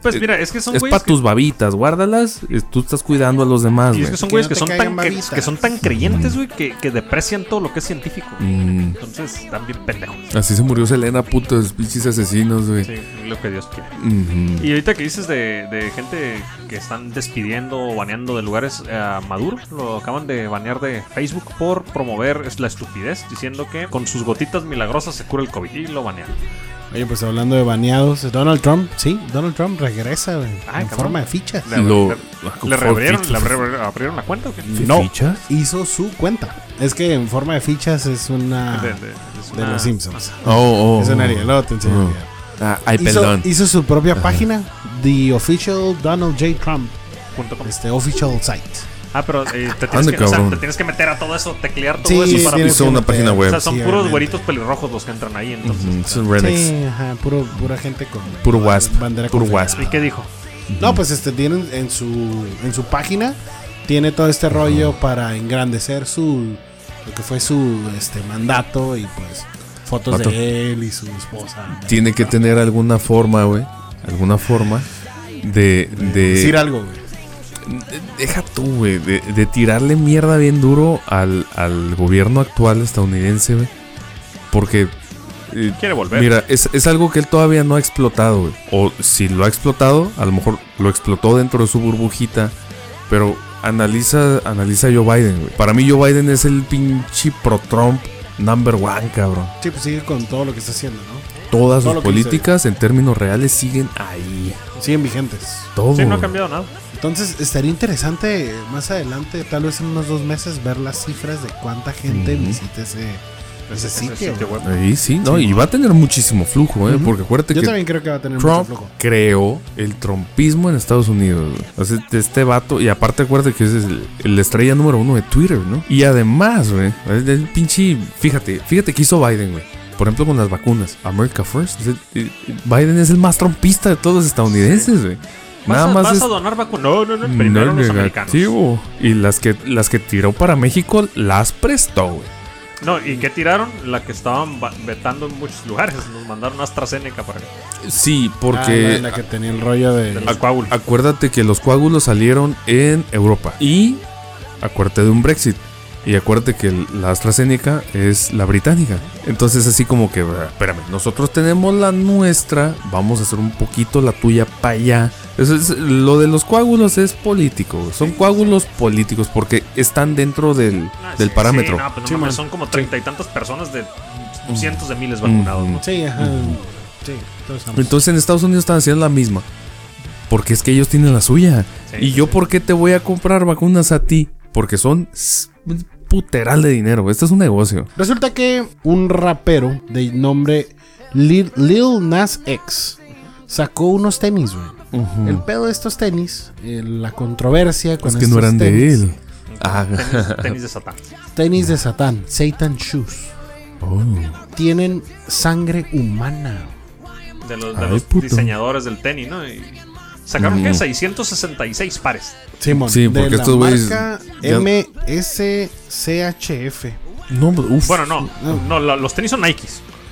B: pues mira, es que son güeyes
D: para
B: que-
D: tus babitas, guárdalas. es- Tú estás cuidando a los demás,
B: Y es
D: güey.
B: que son
C: Que
B: güeyes
C: no
B: que,
C: te
B: son
C: caigan
B: tan, que,
C: babitas.
B: que son tan creyentes, güey, que, que deprecian todo lo que es científico.
D: Mm,
B: Entonces, están bien pendejos.
D: Así se murió Selena, putos pinches asesinos, güey. Mm-hmm.
B: Sí, lo que Dios quiere.
D: Ujú.
B: Y ahorita que dices de, de gente que están despidiendo o baneando de lugares eh, a Maduro, lo acaban de banear de Facebook por promover es la estupidez, diciendo que con sus gotitas milagrosas se cura el COVID y lo banean.
C: Oye, pues hablando de baneados, Donald Trump, sí, Donald Trump regresa güey, en
B: Ah, cabrón.
C: forma de fichas.
B: Le,
D: Lo-
B: le- le reabrieron, le reabrieron- abrieron la cuenta o qué?
C: No,
D: ¿Fichas?
C: hizo su cuenta. Es que en forma de fichas es una
B: De,
C: de,
B: de- es una-
C: los Simpsons.
D: Oh, oh.
C: Es una área, luego te enseño el
D: Oh.
C: video.
D: Ah, ay,
C: Hizo,
D: perdón.
C: hizo su propia página, The Official Donald J. Trump,
B: punto com.
C: este official site.
B: Ah, pero eh, te, tienes
D: Ande,
B: que, o sea,
D: cabrón.
B: te tienes que meter a todo eso, teclear todo
C: Sí,
B: eso para...
C: tienes
D: Hizo
C: que
D: una
C: meter-
D: página
B: O
D: web.
B: sea, son
C: Sí,
B: puros
C: obviamente.
B: güeritos pelirrojos los que entran ahí, entonces...
D: Ujú,
B: está-
D: Son rednecks.
C: Sí, ajá, puro, pura gente con
D: Puro wasp, puro
C: confederada.
D: wasp.
B: ¿Y qué dijo?
C: No, pues este tienen en su en su página tiene todo este rollo para engrandecer su lo que fue su este mandato y pues fotos
D: Vato.
C: de él y su esposa.
D: Tiene que tener alguna forma, güey. Alguna forma de. de
C: decir algo. güey.
D: De- Deja tú, güey, de, de tirarle mierda bien duro al, al gobierno actual estadounidense, güey. Porque... eh,
B: Quiere volver.
D: Mira, es, es algo que él todavía no ha explotado, güey. O si lo ha explotado, a lo mejor lo explotó dentro de su burbujita. Pero analiza, analiza a Joe Biden, güey. Para mí Joe Biden es el pinche pro-Trump number one, cabrón.
C: Sí, pues sigue con todo lo que está haciendo, ¿no?
D: Todas
C: Todo lo
D: sus
C: que hizo,
D: políticas en términos reales siguen ahí.
C: Siguen vigentes.
D: Todo.
B: Sí, no ha
D: güey.
B: cambiado nada.
C: Entonces estaría interesante más adelante, tal vez en unos dos meses, ver las cifras de cuánta gente
D: Ujú.
C: visita ese, pues, ese
B: Ese
C: sitio.
B: sitio
C: güey.
B: web.
D: Ahí sí, no, y va a tener muchísimo flujo, ¿eh?
C: Ujú.
D: Porque acuérdate
C: Yo
D: que
C: también creo que va a tener
D: Trump
C: mucho flujo.
D: creó el trompismo en Estados Unidos. güey. O sea, este vato, y aparte acuérdate que es el, el estrella número uno de Twitter, ¿no? Y además, güey, el, el pinche, fíjate, fíjate que hizo Biden, güey. Por ejemplo, con las vacunas. America First. O sea, eh, Biden es el más trompista de todos los estadounidenses, güey.
B: ¿Vas,
D: Nada
B: a,
D: más
B: vas
D: es
B: a donar vacunas? No, no, no. Primero
D: no
B: los americanos.
D: negativo. Y las que, las que tiró para México las prestó, güey.
B: No, ¿y qué tiraron? La que estaban ba- vetando en muchos lugares. Nos mandaron AstraZeneca para acá.
D: Sí,
C: Ah,
D: porque
C: la que tenía el rollo de...
B: Los coágulos.
D: Acuérdate que los coágulos salieron en Europa. Y acuérdate de un Brexit. Y acuérdate que el- la AstraZeneca es la británica. Entonces así como que, "Ah, espérame, nosotros tenemos la nuestra, vamos a hacer un poquito la tuya para allá. Eso es, lo de los coágulos es político. Son coágulos políticos porque están dentro del,
B: Ah,
D: del
B: sí,
D: parámetro.
B: sí, no, pues no
C: Sí,
B: mames,
C: man.
B: son como treinta y tantas personas de cientos de miles vacunados.
D: Mm.
B: pues, ¿no?
C: Sí, ajá. Sí, todos estamos-
D: Entonces en Estados Unidos están haciendo la misma. Porque es que ellos tienen la suya.
B: Sí,
D: ¿Y yo por qué te voy a comprar vacunas a ti? Porque son s- un puteral de dinero. Este es un negocio.
C: Resulta que un rapero de nombre Lil, Lil Nas X sacó unos tenis, güey. El pedo de estos tenis, eh, la controversia con
D: Es que no
C: estos
D: eran de
C: tenis,
D: él. Ah.
B: Tenis, tenis de Satán.
C: Tenis de Satán, Satan Shoes.
D: Oh.
C: Tienen sangre humana.
B: De los, de
D: Ay,
B: los
D: puto.
B: diseñadores del tenis, ¿no? Y sacaron, ¿qué?
D: Mm.
B: 666 pares.
C: Simón,
D: Sí,
C: de
D: porque
C: la
D: estos güeyes
C: marca
D: ya-
C: MSCHF.
D: No, uff.
B: Bueno, no,
D: Mm.
B: no, lo- los tenis son Nikes.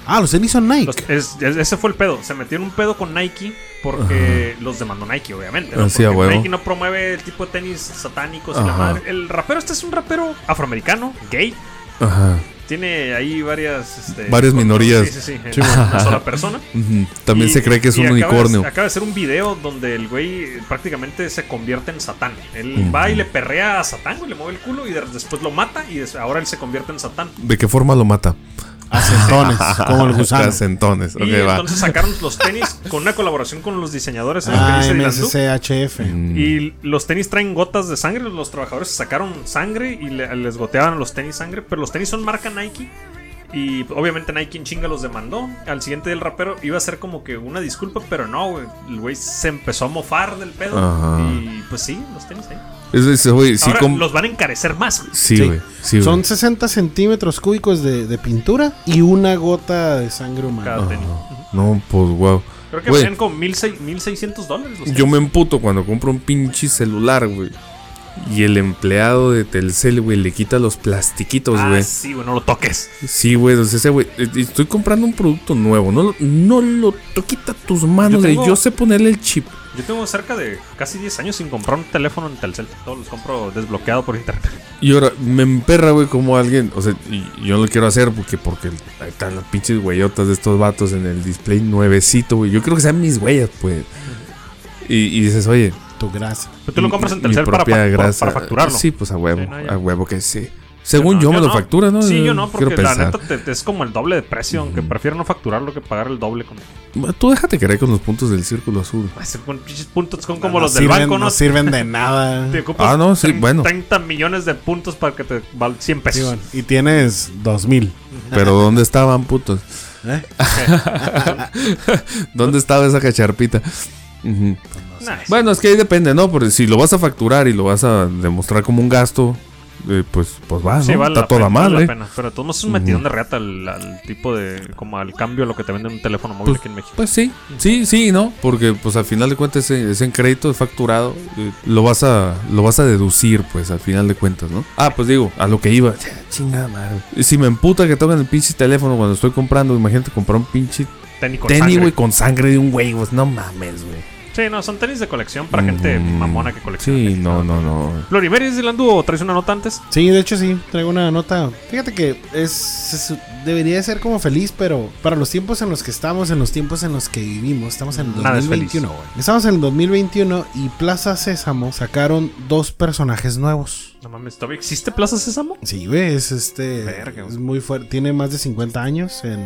C: Ah, los tenis son Nike.
B: Los- es- es- ese fue el pedo. Se metieron un pedo con Nike porque los demandó Nike, obviamente. ¿no?
D: Ah, sí, a
B: Porque
D: huevo.
B: Nike no promueve el tipo de tenis satánicos y la
D: Ajá.
B: madre. El rapero este es un rapero afroamericano, gay.
D: Ajá.
B: Tiene ahí varias. este,
D: Varias minorías.
B: Sí, sí, sí. en una
D: Sí, bueno.
B: sola persona.
D: Ujú. También
B: Y-
D: se cree que es
B: y
D: un
B: acaba de-
D: unicornio.
B: acaba de hacer un video donde el güey eh, prácticamente se convierte en Satán. Él va y le perrea a Satán, güey, le mueve el culo y de- después lo mata y des- ahora él se convierte en Satán.
D: ¿De qué forma lo mata? Ah,
C: Acentones, como el gusano.
D: Casentones. Ok,
B: y
D: va.
B: entonces sacaron los tenis con una colaboración con los diseñadores. ¿sabes
C: Ah,
B: qué dice Dylan Du?
C: MSCHF.
D: Mm,
B: Y los tenis traen gotas de sangre. Los trabajadores sacaron sangre y le- les goteaban los tenis sangre. Pero los tenis son marca Nike. Y obviamente Nike en chinga los demandó. Al siguiente del rapero iba a ser como que una disculpa, pero no, güey. El güey se empezó a mofar del pedo.
D: Ajá.
B: Y pues sí, los tenis ahí.
D: Es- es- güey, sí,
B: Ahora
D: com-
B: los van a encarecer más, güey.
D: sí,
C: Sí.
D: güey. Sí, güey.
C: Son 60 centímetros cúbicos de, de pintura y una gota de sangre humana.
B: Cada tenis.
D: No, pues wow.
B: Creo que
D: Güey,
B: valían como 1600 1600 dólares. los
D: Pues yo
B: tenis.
D: me emputo cuando compro un pinche celular, güey. Y el empleado de Telcel, güey, le quita los plastiquitos,
B: Ah,
D: güey.
B: sí, güey, no lo toques.
D: Sí, güey, entonces ese güey, eh, estoy comprando un producto nuevo, no, lo- no lo to- quita tus manos,
B: Yo
D: yo,
B: tengo-
D: yo sé ponerle el chip.
B: Yo tengo cerca de casi 10 años sin comprar un teléfono en Telcel. Todos los compro desbloqueado por internet.
D: Y ahora me emperra, güey, como alguien, o sea, y y yo no lo quiero hacer porque porque ahí están las pinches huellotas de estos vatos en el display nuevecito, güey. Yo creo que sean mis huellas, pues. Y, y dices, oye,
C: Oh, Tu grasa.
B: Pero tú lo compras en
D: mi- mi
B: Telcel para,
D: propia
B: fac- para-
D: grasa.
B: para facturarlo.
D: Sí, pues a huevo,
B: Sí, no, ya.
D: a huevo que sí. Según
B: no,
D: yo, me lo
B: no.
D: factura, ¿no?
B: Sí, yo no,
D: Quiero
B: porque la
D: pensar.
B: neta te- te es como el doble de precio, aunque prefiero no facturarlo que pagar el doble con.
D: Tú déjate querer con los puntos del círculo azul.
B: Ay, Con pinches puntos, son como
C: No
B: los del
C: sirven-
B: banco, ¿no?
C: No sirven de nada.
B: Te ocupas
D: Ah, no, sí,
B: 30,
D: bueno.
B: 30 millones de puntos para que te valga 100
C: Sí,
B: pesos.
C: bueno, y tienes 2000.
D: Pero ¿dónde estaban, putos?
C: ¿eh?
D: ¿Dónde estaba esa cacharpita? Ujú.
B: Nah, es-
D: Bueno, es que ahí depende, ¿no? Porque si lo vas a facturar y lo vas a demostrar como un gasto, eh, pues, pues vas,
B: sí,
D: ¿no?
B: vale
D: Está
B: la
D: toda
B: pena, vale
D: madre.
B: la pena. Pero tú no es un metidón de reata al, al tipo de. como al cambio a lo que te venden un teléfono móvil aquí en México.
D: Pues sí, sí, sí, ¿no? Porque pues al final de cuentas es, es en crédito, es facturado, eh, lo vas a lo vas a deducir, pues al final de cuentas, ¿no? Ah, pues digo, a lo que iba. Chingada madre. Si me emputa que tomen el pinche teléfono cuando estoy comprando, imagínate comprar un pinche
B: Técnico
D: tenis, güey, con sangre de un güey, pues, no mames, güey.
B: Sí, no, son tenis de colección para gente
D: Mm,
B: mamona que colecciona.
D: Sí,
B: tenis,
D: no, no, no.
B: Florimeris de Landú, ¿traes una nota antes?
C: Sí, de hecho sí, traigo una nota. Fíjate que es, es- debería ser como feliz, pero para los tiempos en los que estamos, en los tiempos en los que vivimos, estamos en el
B: Nada es feliz.
C: 2021, güey. Estamos en el 2021 y Plaza Sésamo sacaron dos personajes nuevos.
B: No mames, ¿todavía existe Plaza Sésamo?
C: Sí, güey, es este
B: Verga, güey.
C: es muy fuerte, tiene más de 50 años en,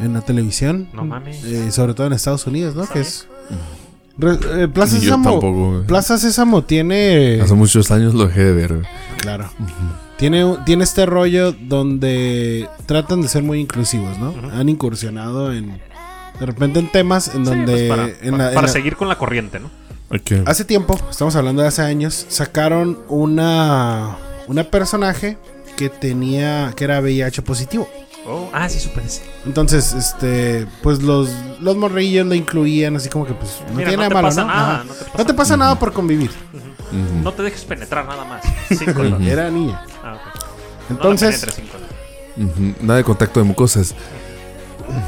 C: en la televisión.
B: No mames.
C: Eh, sobre todo en Estados Unidos, ¿no? Que es Re- eh, Plaza
D: Ni yo
C: Sésamo.
D: tampoco, güey.
C: Plaza Sésamo tiene
D: Hace muchos años lo dejé de ver, güey.
C: Claro. Tiene, un- tiene este rollo donde tratan de ser muy inclusivos, ¿no? Han incursionado en. De repente en temas en
B: Sí,
C: donde.
B: pues para,
C: en
B: para-
C: la- en
B: para
C: la-
B: seguir con la corriente, ¿no?
C: hace tiempo, estamos hablando de hace años, sacaron una. Una personaje que tenía. que era VIH positivo.
B: Oh, ah, sí, supe de ese.
C: Entonces, este. Pues los, los morrillos lo incluían, así como que, pues. No
B: Mira,
C: tiene
B: no
C: nada
B: te
C: malo,
B: pasa
C: ¿no?
B: nada,
C: Ajá.
B: no te pasa
C: No te pasa nada por convivir.
B: No te dejes penetrar nada más. Cinco dólares.
C: Era niña.
B: Ah, ok. No la
C: Entonces.
B: penetres, cinco dólares.
D: Ujú, Nada de contacto de mucosas.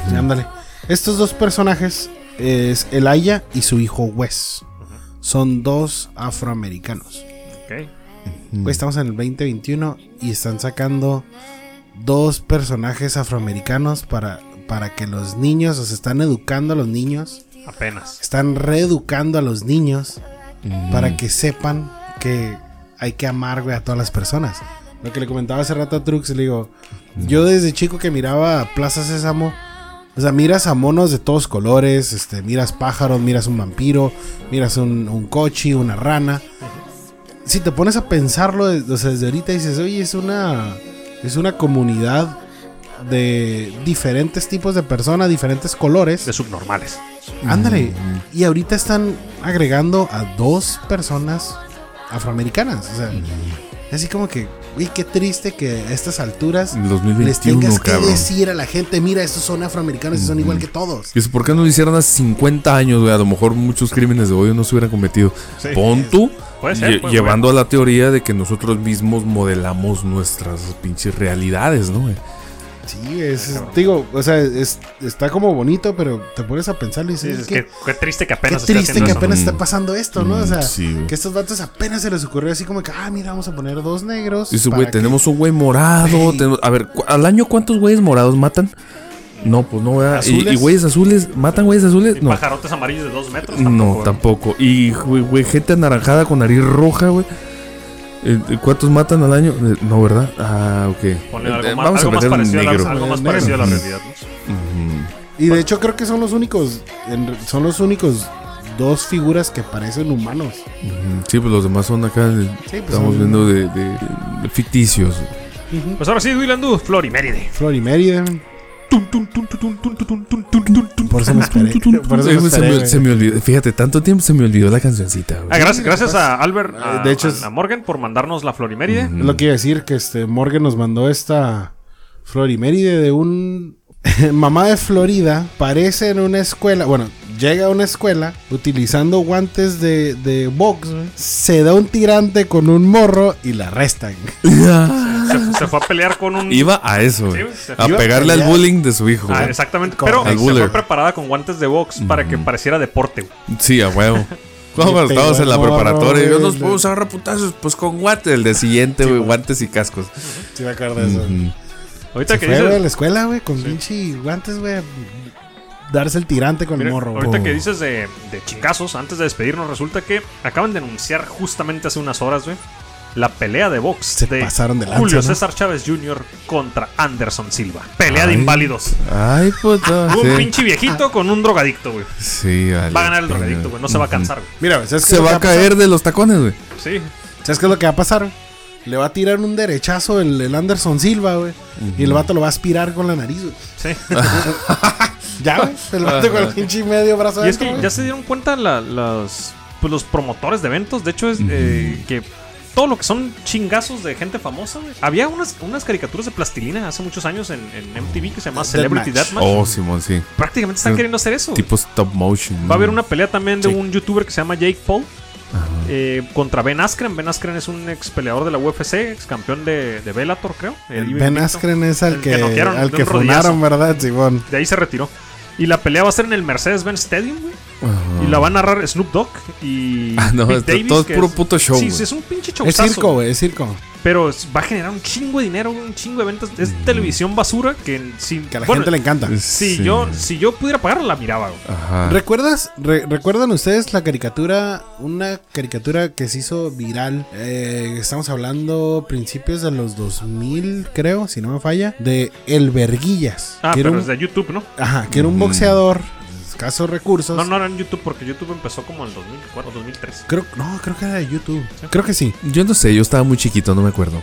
C: Sí, Ándale. Estos dos personajes es Elaya y su hijo Wes. Son dos afroamericanos.
B: Ok.
C: Güey, Estamos en el 2021 y están sacando dos personajes afroamericanos para, para que los niños, o sea, están educando a los niños,
B: Apenas.
C: están reeducando a los niños para que sepan que hay que amar güey, a todas las personas. Lo que le comentaba hace rato a Trux, le digo, yo desde chico que miraba Plaza Sésamo, o sea, miras a monos de todos colores, este, miras pájaros, miras un vampiro, miras un, un coche, una rana. Si te pones a pensarlo des- o sea, desde ahorita dices, oye, es una, es una comunidad de diferentes tipos de personas, diferentes colores.
B: De subnormales.
C: Ándale. Y ahorita están agregando a dos personas afroamericanas. O sea, Así como que, güey, qué triste que a estas alturas
D: En
C: les
D: 2021,
C: tengas que
D: cabrón.
C: decir a la gente, mira, estos son afroamericanos y son igual que todos.
D: Y eso, ¿por qué no lo hicieron hace 50 años, güey? A lo mejor muchos crímenes de odio no se hubieran cometido.
B: Sí.
D: Pon tú,
B: Puede ser,
D: lle-
B: puede ser.
D: llevando a la teoría de que nosotros mismos modelamos nuestras pinches realidades, ¿no? güey?
C: Sí, es, es- digo, o sea, es- está como bonito, pero te pones a pensarlo y
B: Sí,
C: dices,
B: es
C: "¿Qué-
B: que, qué triste que
C: Qué
B: apenas esté
C: triste
B: haciendo
C: que
B: eso, ¿no?
C: apenas
D: ¿no?
C: está pasando esto, ¿no? O sea,
D: Mm, sí, güey.
C: que estos datos apenas se les ocurrió así como que, ah, mira, vamos a poner dos negros.
D: Dices,
C: para
D: güey,
C: que-
D: tenemos un güey morado.
C: Sí.
D: tenemos- a ver, ¿cu- ¿al año cuántos güeyes morados matan? No, pues no, ¿verdad? Y-
C: ¿Azules?
D: ¿Y güeyes azules? ¿Matan güeyes azules?
B: Y
D: No.
B: pajarotes amarillos de dos metros. ¿eh?
D: No, tampoco. Y, güey, güey, gente anaranjada con nariz roja, güey. Eh, ¿Cuántos matan al año? Eh, No, ¿verdad? Ah, ok.
B: Ponle
D: Eh,
B: algo,
D: eh,
B: más, algo más
D: meter un
B: parecido, a la-
D: negro.
B: algo más
C: Negro.
B: parecido a la realidad. ¿no?
D: Ujú.
C: Y de hecho creo que son los únicos, en- son los únicos dos figuras que parecen humanos.
D: Ujú. Sí, pues los demás son acá. de-
C: pues
D: estamos
C: son-
D: viendo de, de- de ficticios.
B: Pues ahora sí, Willandú, Flor y Méride.
C: Flor y Meriden. Por eso me esperé. Por eso
D: Eh,
C: me
D: güey, se,
C: esperé,
D: me,
C: güey.
D: se me olvidó. Fíjate, tanto tiempo se me olvidó la cancioncita. güey.
B: Ah, gracias, gracias a Albert,
C: Ah,
B: a,
C: de hecho es-
B: a Morgan por mandarnos la Flor y Méride.
C: Es
D: Mm.
C: Lo que iba a decir que este Morgan nos mandó esta Flor y Méride de un mamá de Florida parece en una escuela, bueno, llega a una escuela utilizando guantes de, de box, güey. se da un tirante con un morro y la arrestan.
B: Se, se fue a pelear con un.
D: Ah. Iba a eso,
B: Sí,
D: güey.
B: se-
D: a
C: Iba a
D: pegarle al
C: pelear.
D: bullying de su hijo.
B: Ah,
D: güey.
B: exactamente,
C: Correcto.
B: pero
D: Al
B: se
D: buller.
B: fue preparada con guantes de box para que pareciera deporte. güey.
D: Sí, a huevo.
C: Le
D: Cuando
C: pegó
D: estábamos en la
C: al morro,
D: preparatoria, yo
C: güey,
D: nos
C: le-
D: podemos agarrar putazos, pues con guantes, el de siguiente, güey, guantes y cascos.
C: Sí me acuerdo de eso.
B: Ahorita que
C: Fue güey, a
B: dices.
C: la escuela, güey, con pinche guantes, güey, a darse el tirante con
B: Mira,
C: el morro. güey.
D: Oh.
B: ahorita que dices de, de chingazos, antes de despedirnos, resulta que acaban de anunciar justamente hace unas horas, güey, la pelea de box
C: Se
B: de,
C: pasaron de lanza,
B: Julio
C: ¿no?
B: César Chávez Jr. contra Anderson Silva. Pelea de
D: Ay.
B: inválidos.
D: Ay, puta.
C: Ah,
B: Un
D: Sí,
B: pinche viejito con un drogadicto, güey.
D: sí vale.
B: Va a ganar el drogadicto, güey. No se va a cansar, güey.
C: Mira, ¿sabes qué
D: Se
C: es lo
D: va
C: que
D: a
C: pasar?
D: caer de los tacones, güey.
B: Sí.
C: ¿Sabes qué es lo que va a pasar? Le va a tirar un derechazo el, el Anderson Silva, güey. Y el vato lo va a aspirar con la nariz, güey.
B: Sí.
C: Ya, güey. El vato con el pinche medio brazo
B: Y es
C: adentro,
B: que
C: güey.
B: ya se dieron cuenta la- las, pues, los promotores de eventos. De hecho, es eh, que todo lo que son chingazos de gente famosa, güey. Había unas, unas caricaturas de plastilina hace muchos años en, en MTV que se llama Celebrity
C: Deathmatch.
B: Deathmatch.
D: Oh, Simón, sí.
B: Prácticamente están
D: Eh,
B: queriendo hacer eso.
D: Tipo stop motion.
B: Va
D: ¿no?
B: a haber una pelea también de
D: Sí.
B: un youtuber que se llama Jake Paul. eh, contra Ben Askren. Ben Askren es un ex peleador de la UFC, ex campeón de, de Bellator, creo.
C: El
B: Iba
C: Ben
B: invicto.
C: Askren es
B: El
C: al
B: que
C: que,
B: noquearon
C: al
B: de
C: que
B: un rodillazo.
C: funaron, ¿verdad, Simón?
B: De ahí se retiró. Y la pelea va a ser en el Mercedes-Benz Stadium, güey.
D: Ajá.
B: Y la va a narrar Snoop Dogg y.
D: Ah, no,
B: Pete
D: esto- todo es
B: que
D: puro puto show,
B: Sí,
D: güey.
B: sí, es un pinche
C: Es
B: showzazo.
C: circo, güey, es circo.
B: Pero es- va a generar un chingo de dinero, un chingo de ventas. Es televisión basura que en- si.
C: Que a la
B: bueno,
C: gente le encanta.
B: Si,
D: Mm. Sí.
B: yo, si yo pudiera pagarla, la miraba, güey.
D: Ajá.
C: ¿Recuerdas, re- ¿Recuerdan ustedes la caricatura? Una caricatura que se hizo viral. eh, estamos hablando principios de los 2000, creo, si no me falla. De El Verguillas.
B: Ah,
C: que era
B: pero
C: un-
B: es de YouTube, ¿no?
C: Ajá, que era un boxeador, escasos recursos.
B: No, no era en YouTube porque YouTube empezó como en el 2004, 2003.
C: Creo, no, creo que era de YouTube. Creo que sí.
D: Yo no sé, yo estaba muy chiquito, no me acuerdo.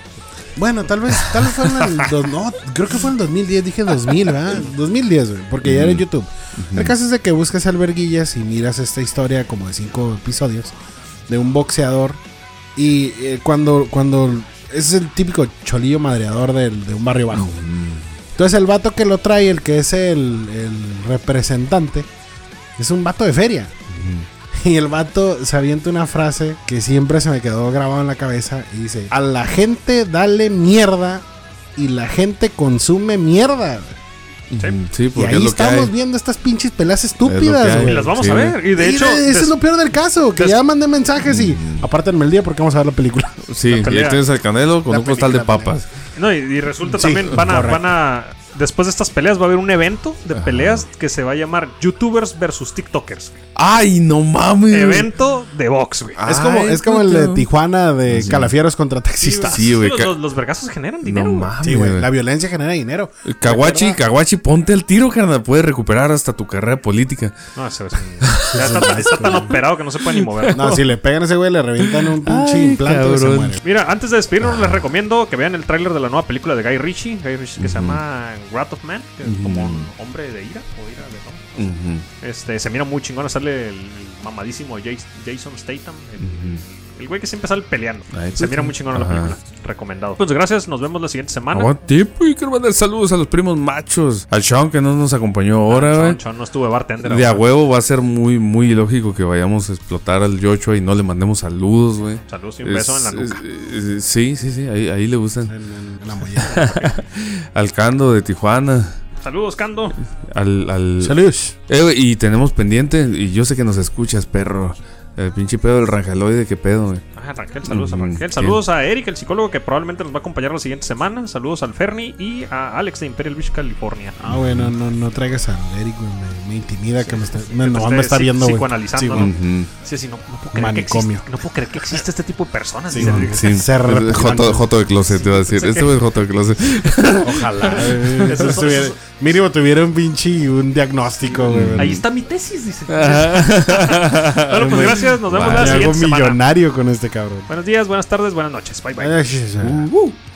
C: Bueno, tal vez, tal vez fue en el. dos- no, creo que fue en el 2010. Dije 2000, ¿verdad? 2010, güey, porque ya era en YouTube. El caso es de que buscas alberguillas y miras esta historia como de cinco episodios de un boxeador. Y eh, cuando, cuando. Es el típico cholillo madreador del- de un barrio bajo. Entonces el vato que lo trae, el que es el, el representante, es un vato de feria. Y el vato se avienta una frase que siempre se me quedó grabado en la cabeza y dice, a la gente dale mierda y la gente consume mierda.
B: Sí.
D: Mm, Sí,
C: Y
D: porque
C: ahí
D: es lo que
C: estamos
D: hay.
C: viendo estas pinches pelas
D: Es lo que
C: estúpidas,
D: hay.
B: Y
C: güey.
B: las vamos
D: Sí,
B: a
D: güey.
B: ver. Y de
C: Y
B: hecho.
C: de- eso
B: des-
C: es lo peor del caso, que
B: des-
C: ya mandé mensajes y
D: Mm.
C: apártenme el día porque vamos a ver la película.
D: Sí, y ahí
B: pelea.
D: tienes al canelo con
C: La
D: un costal de
C: película, la
D: papas.
B: No, y, y resulta
C: Sí,
B: también, van a,
C: correcto.
B: van a. Después de estas peleas va a haber un evento de peleas que se va a llamar YouTubers versus TikTokers. güey.
D: Ay, no mames.
B: Evento de box, güey.
C: es como,
D: Ay,
C: es como el de
D: puta.
C: Tijuana de Calafieros contra taxistas.
D: Sí, güey,
B: Los,
D: ca-
B: los, los vergazos generan
D: No
B: dinero. güey.
D: mames.
C: Sí, güey.
D: güey.
C: La violencia genera dinero.
D: Kawachi, Kawachi, ponte al tiro, carnal. Puedes recuperar hasta tu carrera política.
B: No, ese es un- ya está, tan- está tan operado que no se puede ni mover.
C: No, si le pegan a ese güey, le revientan un pinche
D: Ay,
C: implante y se
D: cabrón.
C: muere.
B: Mira, antes de despedirnos, les recomiendo que vean el tráiler de la nueva película de Guy Ritchie. Guy Ritchie que se llama Wrath of Man, que es como un hombre de ira o ira de hombre. Este, se mira muy chingón. Sale el mamadísimo Jas- Jason Statham, el, el El güey que siempre sale peleando.
D: Ahí
B: Se
D: está.
B: mira muy chingón la
D: Ah, Ajá.
B: película. Recomendado. Pues gracias, nos vemos la siguiente semana.
D: Aguante, pues, quiero mandar saludos a los primos machos. Al Sean que no nos acompañó ahora, güey.
B: Chon, chon, no estuve bartender.
D: De a
B: güey.
D: huevo va a ser muy, muy ilógico que vayamos a explotar al Yocho y no le mandemos saludos, güey.
B: Saludos y un beso en la
D: Es-
B: nuca.
D: es- es- sí, sí, sí, ahí, ahí le gustan.
C: En, en- en la mollera.
D: Al Cando de Tijuana.
B: Saludos, Cando.
D: Al, al,
C: Saludos.
D: Eh, güey, y tenemos pendiente, y yo sé que nos escuchas, perro. El pinche pedo del Rangeloide, qué pedo, güey.
B: Ah, Raquel, saludos a
D: Mm,
B: Raquel. Saludos a Eric, el psicólogo que probablemente nos va a acompañar la siguiente semana. Saludos al Ferni y a Alex de Imperial Beach, California.
C: Ah, güey, no, no, no traigas a Eric, güey. Me, me intimida que me está, me,
B: que
C: nomás
B: te
C: me
B: esté
C: está viendo, güey.
B: psicoanalizando,
C: Sí,
B: ¿no?
C: güey.
D: Ujú.
B: Sí, sí, no, no puedo creer que
C: Manicomio.
B: existe. No puedo creer que existe este tipo de personas.
C: Sí,
B: dice
C: no.
B: Eric.
D: Sí,
C: Se
D: el
C: arrepiente.
D: Joto, Joto de Closet, te iba a decir. Este güey es Joto de Closet.
C: Ojalá.
B: Eso
C: güey.
B: es-
C: Eso
B: eso
C: tuviera-
B: es-
C: mínimo tuviera un pinche y un diagnóstico, güey.
B: Ahí está mi tesis, dice.
D: Ajá.
B: Bueno, pues gracias, nos vemos
D: Vale,
B: la
C: Me hago
B: siguiente semana.
C: millonario con este cabrón.
B: Buenos días, buenas tardes, buenas noches. Bye, bye.
C: Ay, sí, sí.
D: Uh, uh.